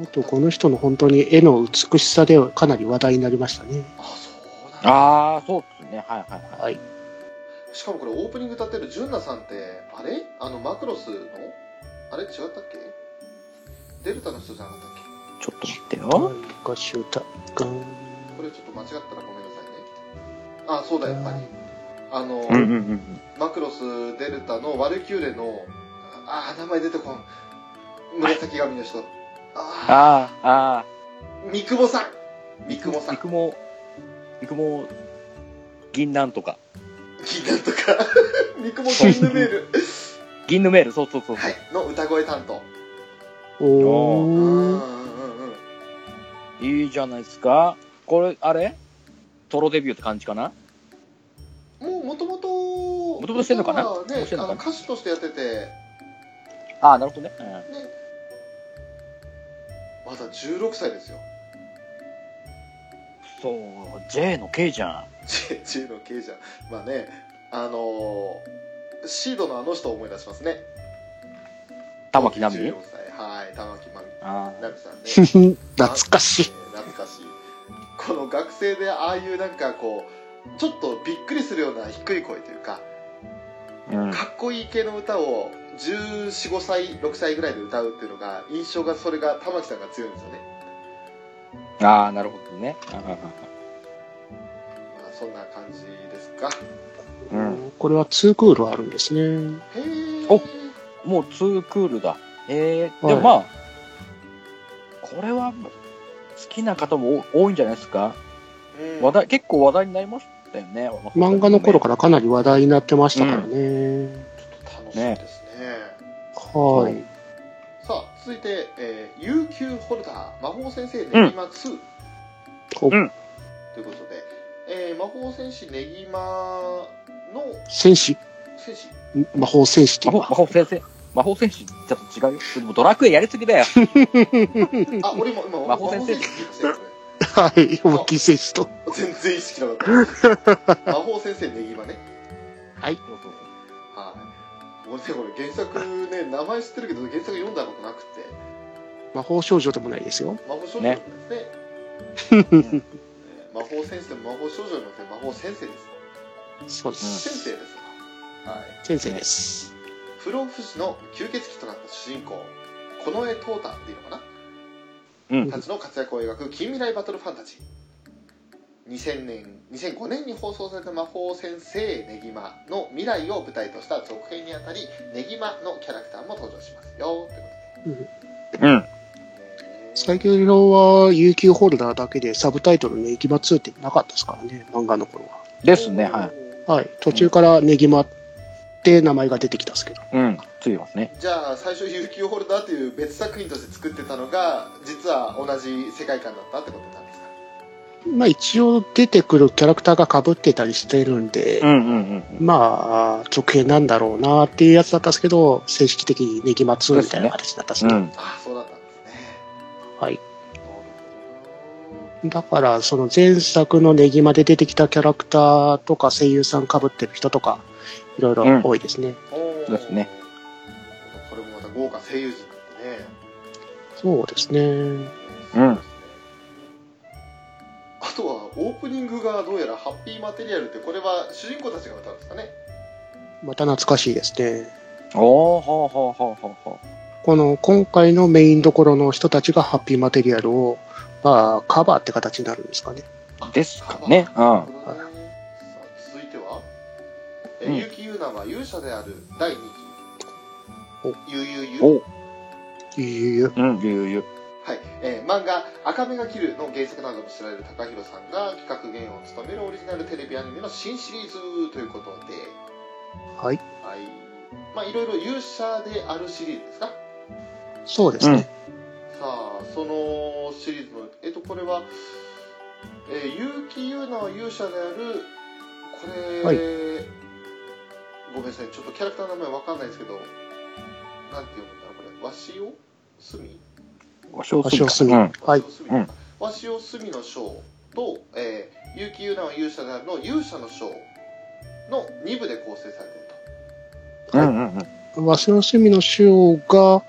S3: あと、この人の本当に絵の美しさではかなり話題になりましたね。
S1: あそうなんだ
S2: ああ、そうですね。はいはいはい。
S3: はい。
S1: しかもこれオープニング歌ってる純奈さんってあれあのマクロスのあれ違ったっけデルタの人じゃなかったっ
S2: ちょっと待って
S3: ガ
S2: よ。
S3: ンガシュタガン。
S1: けこれちょっと間違ったらごめんなさいねあそうだやっぱりあの、
S2: うんうんうん。
S1: マクロスデルタのワルキューレのああ名前出てこん紫髪の人ああ
S2: ああ、ああ。
S1: 三雲さん三雲さん
S2: 三雲、三雲、銀なんとか。
S1: 銀なんとか 三雲銀のメール
S2: 銀のメール、そうそうそう。
S1: はいの歌声担当
S3: お
S1: うんうん
S3: ー。
S1: うんうん
S2: いいじゃないですか。これ、あれトロデビューって感じかな
S1: もうもともと
S2: 々してんのかな
S1: ね
S2: もうしてん
S1: あ
S2: のか
S1: の歌
S2: な
S1: 手としてやってて
S2: ああ、なるほどね。うん
S1: まだ16歳ですよ
S2: そう、J の K じゃん。
S1: J, J の K じゃんまあねあのー、シードのあの人を思い出しますね
S2: 玉木奈美
S1: 14歳はい玉木奈
S2: あ
S1: 美
S2: あ。
S1: 奈美さんね
S3: 懐かしい。
S1: あ懐かしいこの学生でああいうなんかこうちょっとびっくりするような低い声というか
S2: うん。
S1: かっこいい系の歌を1415歳6歳ぐらいで歌うっていうのが印象がそれが玉木さんが強いんですよね
S2: ああ、なるほどね。
S1: まあそんな感じですか
S2: うん。
S3: これは2クールあるんですね。
S1: へえ
S2: おもう2クールだ。ええでもまあ、これは好きな方も多多いんじゃないですか。話題、結構話題になりましたよね。。
S3: 漫画の頃かららかなり話題になってましたからね。
S1: 楽しみですね
S3: はい。
S1: さあ続いて、えー、悠久ホルダー魔法先生ネギマ2、
S3: お
S2: うん
S1: ということで、えー魔法戦士ネギマの
S3: 戦士
S1: 戦士
S3: 魔法戦士って
S2: 魔
S3: いう
S2: 法
S3: の
S2: 魔
S3: は
S2: 法先生。魔法戦士ちょっと違うよ。でもドラクエやりすぎだよ。
S1: あ俺も今
S2: 魔法
S1: 魔法先
S2: 先生
S1: 生って言ったよ
S3: はい。大きい戦士と。
S1: これ全然意識なかった魔法先生ネギマね
S3: はい。
S1: はい俺ねこれ原作ね名前知ってるけど原作読んだことなくて
S3: 魔法少女でもないですよ。
S1: 魔法少女で
S2: ね
S1: すねね魔法先生も魔法少女じゃなくて魔法先生です
S3: そうで
S1: 先生
S3: す。
S1: ですわはい
S3: 先生です。
S1: 不老不死の吸血鬼となった主人公この絵トータっていうのかな、
S2: うん
S1: たちの活躍を描く近未来バトルファンタジー2000年2005年に放送された「魔法先生ネギマ」の未来を舞台とした続編にあたりネギマのキャラクターも登場しますよって
S2: うん。
S1: ことで
S3: 最近のは UQ ホルダーだけでサブタイトルネギマ2ってなかったですからね、漫画の頃は。
S2: ですね、はい。
S3: はい。途中からネギマって名前が出てきたんですけど。
S2: うん。ついてますね。
S1: じゃあ最初「有給ホルダー」という別作品として作ってたのが実は同じ世界観だったってことなんですか
S3: まあ一応出てくるキャラクターが被ってたりしてるんで、
S2: んうんうん。
S3: まあ、続編なんだろうなっていうやつだったんですけど、正式的にネギマ2みたいな形だったんです
S2: う
S3: ね。
S2: ん。
S1: ああそうだったんですね
S3: はい。
S1: なるほどな
S3: だから、その前作のネギマで出てきたキャラクターとか声優さん被ってる人とか、いろいろ多いですね。
S1: そう
S2: ですね。
S1: これもまた豪華声優陣だってね。
S3: そうですね。
S2: うん
S1: あとはオープニングがどうやらハッピーマテリアルってこれは主人公たちが歌うんですかね。
S3: また懐かしいですね。
S2: おー、ほうほうほうほうほ
S3: この今回のメインどころの人たちがハッピーマテリアルを、まあ、カバーって形になるんですかね。
S2: う。ですかね。う
S1: さ
S2: ん。
S1: あ続いては、え
S2: うん
S1: 結城優奈は勇者である第2期。ゆうゆうゆう。
S2: お
S3: いえいえ
S2: うん、ゆうゆう。
S1: はい、えー漫画「赤目が切る」の原作なども知られる高弘さんが企画原案を務めるオリジナルテレビアニメの新シリーズということで
S3: はい、
S1: はいまあいろいろ勇者であるシリーズですかさ
S3: そうですね。
S1: あそのシリーズのえっとこれは、えー、結城優奈は勇者であるこれ、
S3: はい
S1: ごめんなさいちょっとキャラクターの名前わかんないですけどなんて読むんだろうこれわしおすみ
S2: わしを
S3: わしをすみ
S2: うん。
S3: はい
S2: うん
S1: わしを隅の章と、えー、結城優奈は勇者であるの勇者の章の2部で構成されている
S3: わしの趣味の仕様が、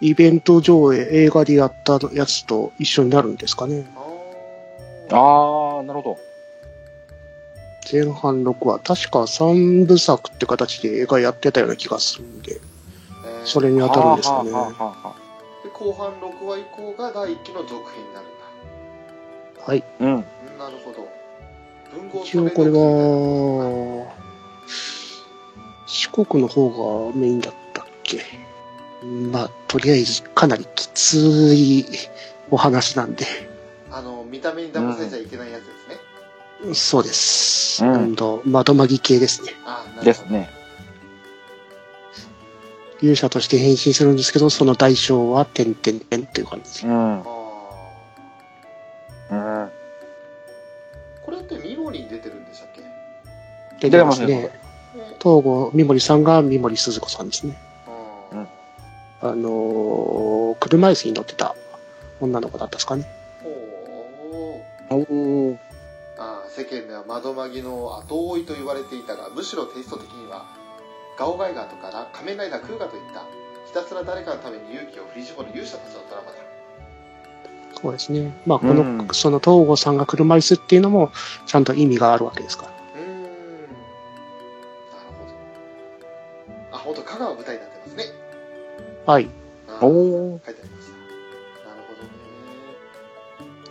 S3: イベント上映、映画でやったやつと一緒になるんですかね。
S1: ああ
S2: ああ、なるほ
S3: 前半6話、確か3部作って形で映画やってたような気がするんで、
S1: えー
S3: それに
S2: ど。
S3: 当たるんですかね。
S2: はあは
S3: は
S2: あはあはあ
S1: で後半6話以降が第1期の続編になるんだ
S3: い。
S2: うん。
S1: うんなるほど文豪
S3: 一応これは、四国の方がメインだったっけ。まあ、とりあえずかなりきついお話なんで。
S1: あの見た目に騙されちゃいけないやつですね、
S3: そうです。
S2: うん
S3: うんと、窓まぎ系ですね。
S1: ああなる
S2: で
S1: ほ
S2: す
S1: ど、
S2: ね。
S3: 勇者として変身するんですけど、その代償は、てんてんてんっていう感じで。
S2: うん。うん。
S1: あ
S2: あ
S1: ーこれってミロに出てるんでしたっけ
S3: 出
S2: てますね
S1: ね
S3: 東郷三森さんが三森鈴子さんですね。
S1: あ
S2: うん
S1: ー
S3: あのー車椅子に乗ってた女の子だったんですかね。
S1: ほう
S2: お
S1: ああ世間では窓まぎの後追いと言われていたがむしろテイスト的にはガオガイガーとかラ仮面ライダークーガといったひたすら誰かのために勇気を振り絞る勇者たちのドラマだ
S3: そうですね。まあ、この、
S2: うん
S3: その東郷さんが車椅子っていうのも、ちゃんと意味があるわけですから。
S1: うーんなるほどあ本当香川舞台になってますね
S3: はい。
S1: あー
S2: お
S1: 書いてありましたなる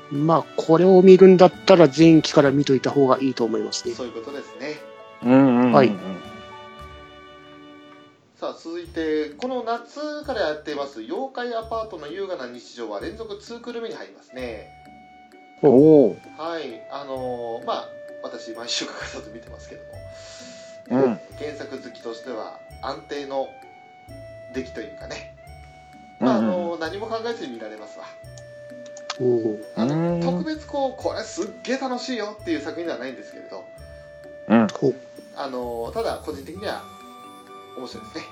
S1: ほどね
S3: まあ、これを見るんだったら、前期から見といた方がいいと思いますね。
S1: そういうことですね
S2: うんうん。
S3: はい
S1: さあ続いてこの夏からやっています妖怪アパートの優雅な日常は連続2クール目に入りますね
S2: おお。
S1: はい、あのーまあ私毎週欠かさず見てますけど
S2: う
S1: も、
S2: ん。
S1: 原作好きとしては安定の出来というかね、
S2: うん
S1: まああのー何も考えずに見られますわ
S3: うん
S1: あの
S2: うん
S1: 特別こうこれすっげえ楽しいよっていう作品ではないんですけれど、
S2: うん。
S3: ほう
S1: あのーただ個人的には面白いですね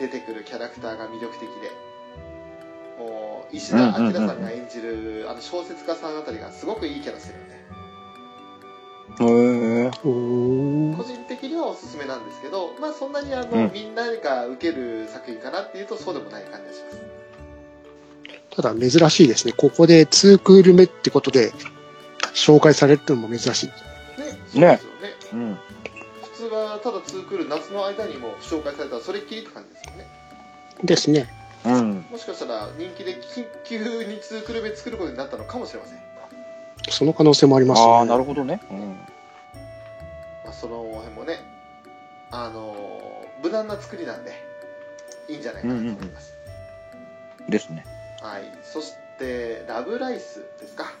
S1: 出てくるキャラクターが魅力的でもう石田明さんが演じるあの小説家さんあたりがすごくいいキャラしてるんで
S2: へえ。
S3: うー
S1: 個
S3: ん。
S1: 人的にはおすすめなんですけど、まあ、そんなにあの、
S2: うん
S1: みんなが受ける作品かなっていうとそうでもない感じがします
S3: ただ、珍しいですね。ここで2クール目ってことで、紹介されるのも珍しい。
S1: ねそうですよね
S2: うん。
S1: 普通はただ2クール夏の間にも紹介されたらそれっきりって感じですよね
S3: ですね。
S2: うん。
S1: もしかしたら人気で緊急に2クール目作ることになったのかもしれません、
S3: その可能性もありますね。
S2: ああ、なるほどね。うん。
S1: まあ、その辺もねあのー無難な作りなんでいいんじゃないかなと思います、
S2: ですね。
S1: はいそしてラブライスですか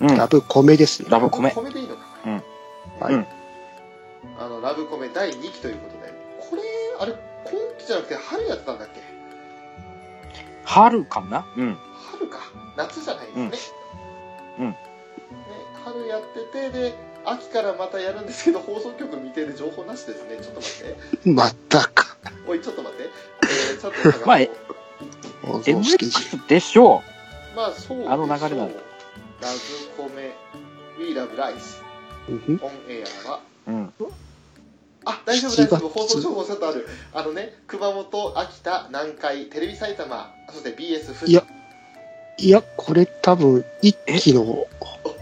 S2: うん。
S3: ラブコメですね。
S2: ラブコメ。
S1: 米でいいのかこれ
S2: うん
S1: はい
S2: うん
S1: あのラブコメ第2期ということでこれあれ今期じゃなくて春やってたんだっけ
S2: 春かなうん。
S1: 春か夏じゃないですね
S2: うんうん
S1: ね春やっててで秋からまたやるんですけど放送局見てる情報なしですねちょっと待って
S3: またか。
S1: おいちょっと待って、えー、ちょっと探そう
S2: まあえ
S3: 放送式じ
S2: MX でしょ
S1: まあそうでしょう
S2: あの流れなんだ
S1: ラブコメ We Love Rice
S3: うん
S1: オンエアは
S2: う。うん。
S1: あ、大丈夫大丈夫。
S3: 7月
S1: 放送情報ちょっとある。あのね、熊本、秋田、南海、テレビ埼玉、そして BS 富士。
S3: いやいや、これ多分、一期の、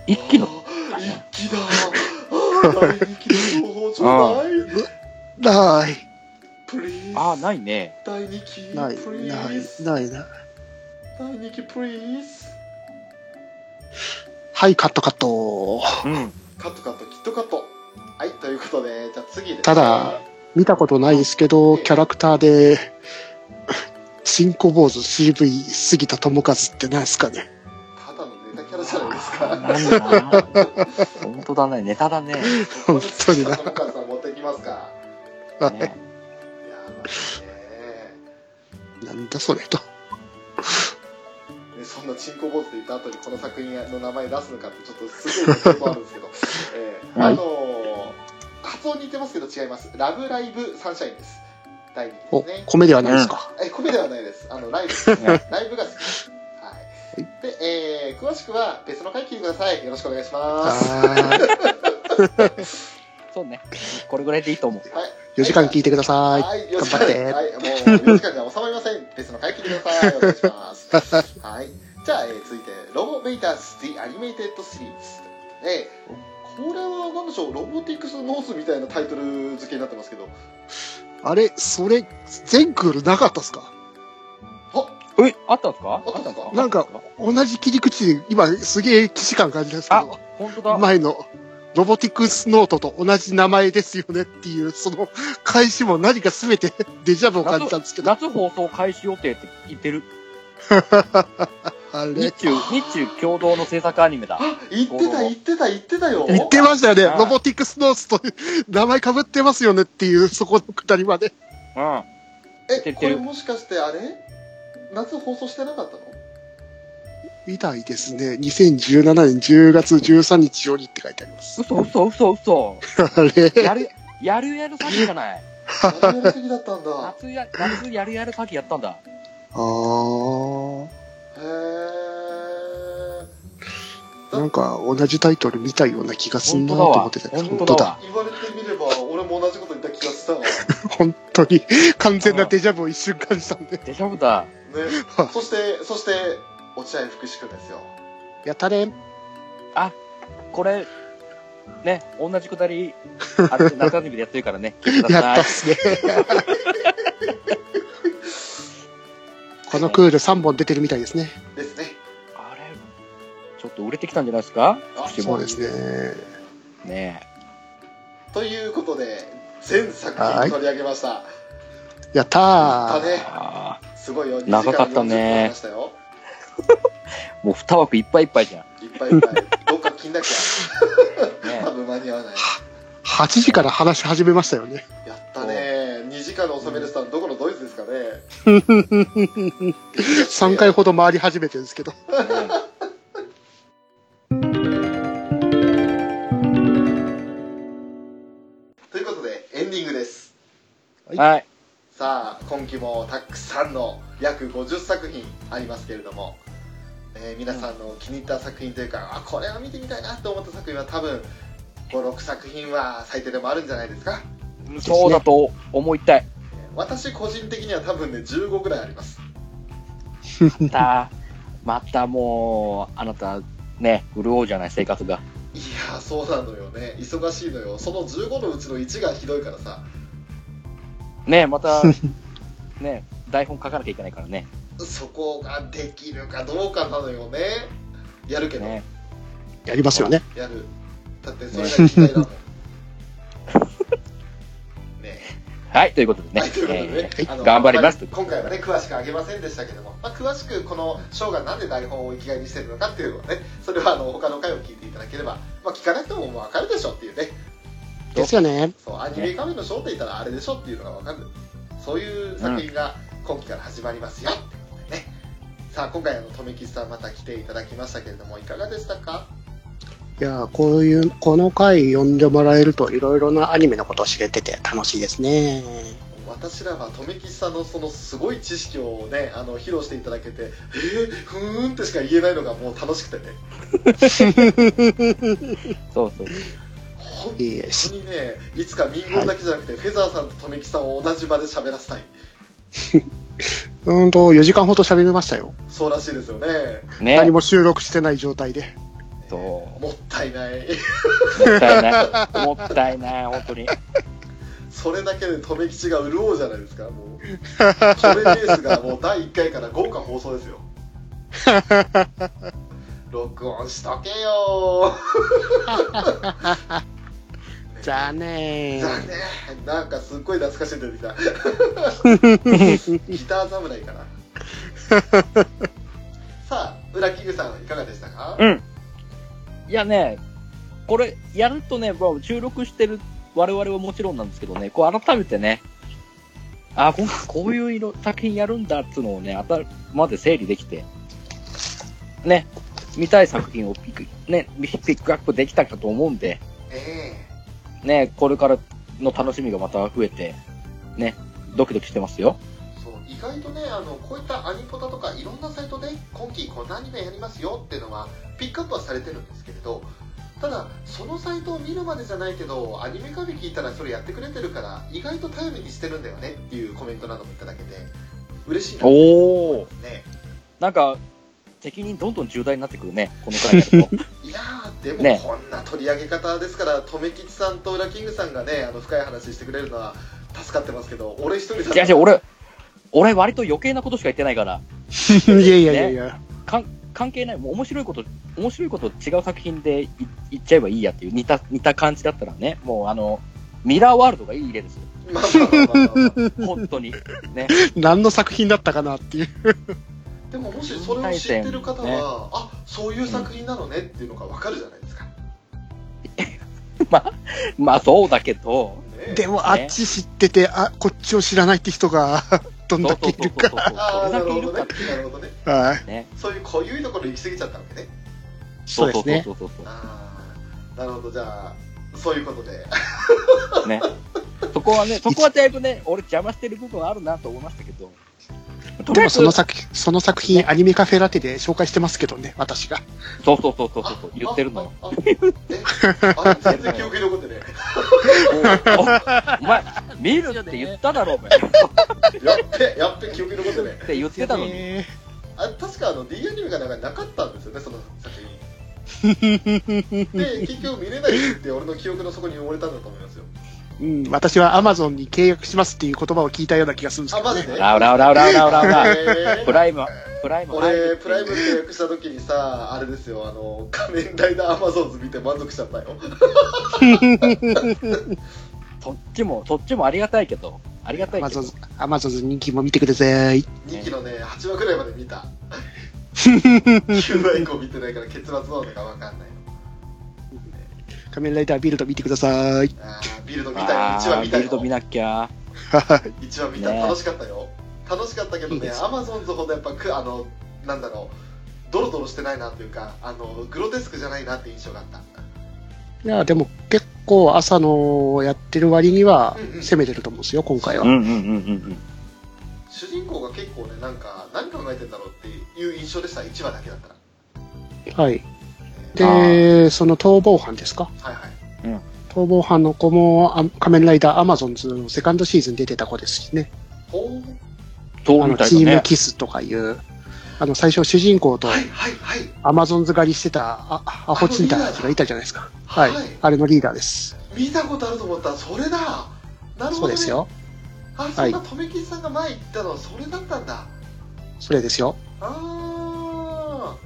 S2: 一気の。
S1: あー一気だ。あー大人気 の情報ちょうだい。
S3: ない、
S1: プリーズ。
S2: ああ、ないね。
S1: 第二期。
S3: ない
S1: プ、リ
S3: な
S1: ー
S3: い、
S1: ズ。
S3: ないな。
S1: 第二期プリーズ。
S3: はい、カットカット。
S2: うん。
S1: カットカット、キットカット。はい、ということで、じゃあ次です、ね。
S3: ただ見たことないですけど、キャラクターで、新小坊主 CV 杉田智和ってなんですかね。
S1: ただのネタキャラじゃないですか。
S2: なんだな。本当だね。ネタだ ね。
S3: 本当にな
S1: ここで杉田智和さん持ってきますか。
S3: は
S1: や
S3: い
S2: ね
S1: ばいね。
S3: なんだそれと。
S1: ねそんなチンコ坊主と言った後にこの作品の名前出すのかってちょっとすごいことあるんですけど、えー
S2: はい
S1: あのー発音似てますけど違います「ラブライブサンシャイン」です第2期
S3: お
S1: ですね、
S3: 米ではないですか。
S1: え米ではないですあのライブです
S2: ね
S1: ライブが好きですはいで、えー詳しくは別の回聞いてくださいよろしくお願いします
S3: あー
S2: そうね。これぐらいでいいと思う。
S1: はい
S3: 4時間聞いてください。
S1: はい、よろしく
S3: 頑張って
S1: はい、もう4時間では収まりません。別の回聞いてください。お願いします。はい。じゃあ、えー続いて、ロボメイターズ・ディ・アニメイテッド・シリーズ。えーこれは何でしょう、ロボティクス・ノースみたいなタイトル付けになってますけど、
S3: あれ、それ、全クールなかったっすか
S1: あ
S2: え、あったんですか
S1: あったんですか
S3: なんか、同じ切り口で、今、すげえ既視感感じますけど、
S2: 本当だ。
S3: 前の、ロボティクスノートと同じ名前ですよねっていう、その、開始も何か全てデジャブを感じたんですけど、
S2: 夏放送開始予定って言ってる。
S3: あ
S2: 日
S3: れ、
S2: 中、日中共同の制作アニメだ。
S1: 言ってた、言ってた、言ってたよ。
S3: 言ってましたよね、
S2: はい
S3: ロボティクスノートと名前被ってますよねっていう、そこのくだりまで。
S2: うん。
S1: え、これもしかしてあれ夏放送してなかったの
S3: みたいですね、2017年10月13日よりって書いてあります。
S2: 嘘嘘嘘嘘。
S3: あれ、
S2: やる、 やるやる詐欺じゃない。
S1: 夏やりすぎだったんだ。
S2: 夏や、夏やるやる詐欺やったん
S3: あ
S2: だ。
S3: ー。
S1: へー。
S3: なんか同じタイトル見たような気がすん
S2: 本
S3: なー
S2: 当だ
S3: と
S2: わ
S3: 思ってた。。
S2: 本
S3: 本
S2: 当
S3: 当
S2: だ
S3: だ
S2: わ。。
S1: 言われてみれば、俺も同じこと言った気がしたわ。 ね。
S3: 本当に完全なデジャブを一瞬感じたんで。
S2: デジャブだ。
S1: そして、そして、落合福士君ですよ。
S3: やったね。
S2: これ、ね、同じくだり、あ れ、夏アニメでやってるからね。聞いてくだ
S3: やった
S2: さい
S3: っすね。このクール3本出てるみたいですね。
S1: ですね。
S2: あれ、ちょっと売れてきたんじゃないですか
S1: あ
S2: 福島
S3: そうですね。
S2: ね
S1: ということで、全作品取り上げました。
S3: やった
S1: だ
S3: ー。
S2: え。
S1: ね。
S2: ああ、
S1: すごいよ。
S2: 長かったね
S1: 2時間40分話したよ。
S2: もう二枠いっぱいいっぱいじゃん。
S1: いっぱいいっぱ い。どっか切んなきゃ。
S2: ね
S1: 多分間に合わない。
S3: 8時から話し始めましたよね。
S1: やったね。2時間で収めるさん、どこのドイツですかね。
S3: 3回ほど回り始めてるんですけ ど。
S2: ね
S1: ということで、エンディングです。
S2: はい。
S1: さあ今期もたくさんの約50作品ありますけれども、えー皆さんの気に入った作品というかあこれは見てみたいなと思った作品は多分56作品は最低でもあるんじゃないですか
S2: そうだと思いたい。
S1: えー私個人的には多分ね15ぐらいあります
S2: また、またもう、あなた、ね、潤うじゃない、生活が。
S1: いやーそうなのよね忙しいのよその15のうちの1がひどいからさ
S2: ね、また、ね、台本書かなきゃいけないからね。
S1: そこができるかどうかなのよねやるけど、
S2: ね。
S3: やりますよね。
S1: やるだってそれが期待 だもんねえ
S2: はい、ということで ね
S1: はい、ということでね、
S2: えー
S1: あの
S2: 頑張ります。
S1: 今回はね、詳しくあげませんでしたけども、まあ、詳しくこのショーがなんで台本を生きがいにしてるのかっていうのはね、それはあの他の回を聞いていただければ、まあ、聞かなくてももうわかるでしょっていうね、
S3: ですよね。
S1: そうアニメ画面のショーって言ったらあれでしょっていうのがわかる、そういう作品が今期から始まりますよってことでね。さあ今回あのとめきさんまた来ていただきましたけれどもいかがでしたか
S3: いやーこういう、この回読んでもらえると、いろいろなアニメのことを知れてて楽しいですね。
S1: 私らはとめきさんのそのすごい知識をねあの披露していただけてえー、ふーんってしか言えないのがもう楽しくてね
S2: そうそう。
S1: 本
S3: いいえ、
S1: 本当にねいつか民謡だけじゃなくて、フェザーさんと留吉さんを同じ場で喋らせたいう
S3: ーんと、4時間ほど喋りましたよ。
S1: そうらしいですよね
S3: 何
S2: ね、
S3: も収録してない状態で。
S2: そう。
S1: もったいない
S2: もったいない。もったいない、本当に。
S1: それだけで留吉が潤うじゃないですかもうそれベースがもう第1回から豪華放送 ですよ録音しとけよー
S3: 残 念。
S1: 残念なんかすっごい懐かしい出てき たギター侍かなさあ裏キングさんいかがでしたか、
S2: うん。いやね、これ、やるとね、まあ、収録してる我々はもちろんなんですけどね、こう改めてね、あこんこういう色作品やるんだっていうのをね、あたまで整理できて、ね、見たい作品をピック、ね、ピックアップできたかと思うんで、
S1: ええ
S2: ね、これからの楽しみがまた増えて、ね、ドキドキしてますよ。
S1: そう意外とねあのこういったアニポタとかいろんなサイトで今期こんなアニメやりますよっていうのはピックアップはされてるんですけれどただそのサイトを見るまでじゃないけどアニメカフェ聞いたらそれやってくれてるから意外と頼りにしてるんだよねっていうコメントなどもいただけて嬉しいなね
S2: おおなんか、責任どんどん重大になってくるね、このくらいになると。
S1: いやーでも
S2: ね
S1: こんな取り上げ方ですから留吉さんと裏キングさんがねあの深い話してくれるのは助かってますけど俺一人だと
S2: いやいや、俺、俺割と余計なことしか言ってないから、
S3: いやいやいやいや。
S2: 関係ない、もう面白いこと、面白いこと違う作品でい言っちゃえばいいやっていう、似た、似た感じだったらね、もうあの、ミラーワールドがいい 例ですよ。
S1: まあまあまあまあまあ
S2: 本当に。ね。
S3: 何の作品だったかなっていう。
S1: でももしそれを知ってる方は、あそういう作品なのねっていうのがわかるじゃないですか、ね
S2: まあそうだけど、
S1: え
S3: でもあ
S2: ね
S3: っち知ってて、あ、こっちを知らないって人が、 どん
S2: そう
S3: だけ
S2: そう
S3: い
S2: そう
S3: るか。
S2: そう そう。
S1: ああ
S2: どれ
S1: な
S2: だ
S1: る
S2: けい
S1: ほ
S2: る
S1: ど
S2: か
S1: ね
S2: っていう
S1: なるほどね
S3: はい。
S1: そういう固有いところ行き過ぎちゃったわけね
S3: そうですね。
S2: そうそうそう
S1: ああなるほどじゃあそういうことで
S2: そう。ね。そ こはね、そこはだいぶね、俺邪魔してる部分はあるなと思いましたけど。と
S3: で
S2: りあえ
S3: も
S2: ず
S3: その作品、その作品、アニメカフェラテで紹介してますけどね、私が。
S2: そうそうそうそうそう、言ってるのよ。
S1: あああえあ全然記憶に残って ね
S2: おお前、見るって言っただろ、お前。
S1: やっべやっべ記憶に残ってね
S2: って言ってたのに。
S3: ね
S1: あ確かあの D アニメがなんかなかったんですよねその作品 で結局見れないって俺の記憶の底に埋もれたんだと思いますよ
S3: うん、私はアマゾンに契約しますっていう言葉を聞いたような気がするんで
S1: あ
S3: すけど
S1: マジ
S3: ね。
S1: で
S2: ラウラウラウラウラウラウラ。
S1: えー
S2: プライム、プライム入る
S1: 俺
S2: っていう。
S1: プライム契約した時にさあれですよあの仮面ライダーアマゾンズ見て満足しちゃったよ
S2: そっちも、そっちもありがたいけど。ありがた
S3: ア
S2: い
S3: マ
S2: け
S3: ゾ
S2: ど
S3: ン。、アマゾン人気も見てください。
S1: 2期のね8話くらいまで見た9話以降見てないから結末どうだか分かんない
S3: 仮面ライダービルド見てください。
S1: あービルド見たよ
S2: あ
S1: 1話見
S2: ー、
S1: た
S2: ビ
S1: よ
S2: ルド見なきゃ。
S3: はい
S1: 一話見た、
S2: ね
S1: 楽しかったよ楽しかったけど
S3: いい
S1: ね
S3: です
S1: アマゾンズほどやっぱくあのなんだろうドロドロしてないなというかあのグロテスクじゃないなって印象があった
S3: いや、でも結構朝のやってる割には
S1: うんうん
S3: 攻めてると思うんですよ、今回
S2: うん
S3: は。
S2: うんうんうん
S1: 主人公が結構ねなんか何考えてんだろうっていう印象でした1話だけだったら、
S3: はい。
S1: えー
S3: で、その逃亡犯ですか
S1: はいはい
S3: 逃亡犯の子もあ仮面ライダーアマゾンズのセカンドシーズン出てた子ですしね。
S1: ほう
S2: うん。そ
S3: あ
S2: う
S3: の、
S2: みた
S3: チ
S2: いだ
S3: ーム
S2: ね。
S3: キスとかいう、あの、最初主人公と
S1: はいはいはい
S3: アマゾンズ狩りしてたあアホチンターたちがいたじゃないですか。はい
S1: はい。
S3: あれのリーダーです。
S1: 見たことあると思ったそれだなる
S3: そ
S1: ほど、ね、
S3: うですよ。
S1: あそんな
S3: は
S1: 留吉さんが前言ったのはそれだったんだ
S3: それですよ。
S1: あー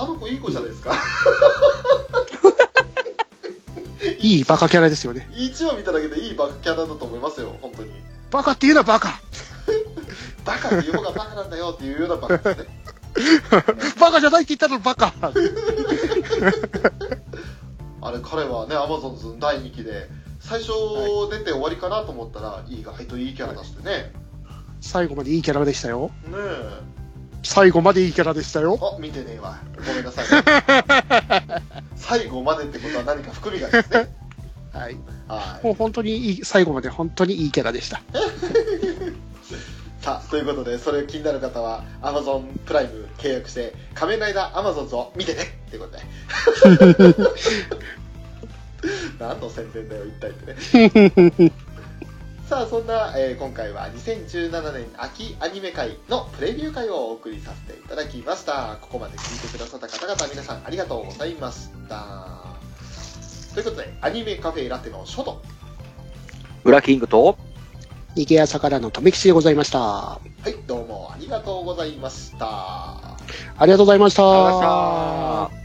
S1: あの子いい子じゃないですか
S3: いいバカキャラですよね。
S1: 一話見ただけでいいバカキャラだと思いますよ本当に
S3: バカっていうのはバカ
S1: バカっていう方がバカなんだよっていうようなバカです ね
S3: バカじゃないって言ったのバカ
S1: あれ彼はねアマゾンズの第2期で最初出て終わりかなと思ったら、意外といいキャラ出してね、
S3: 最後までいいキャラでしたよ。
S1: ねえ
S3: 最後までいいキャラでしたよ。
S1: あ見てねえわごめんなさい 最後までってことは何か含みがあるんですね
S3: はい。
S1: はい
S3: もう本当にいい、最後まで本当にいいキャラでした。
S1: さあということでそれ気になる方は Amazon プライム契約して「仮面ライダーアマゾンズ」を見てねってことで何の宣伝だよ一体ってねさあそんな、えー今回は2017年秋アニメ会のプレビュー会をお送りさせていただきましたここまで聞いてくださった方々皆さんありがとうございましたということでアニメカフェラテの書と
S2: ブラキングと、
S3: 逃げ朝からの留吉でございました。
S1: はいどうもありがとうございました
S3: ありがとうございました。
S2: ありがとうございました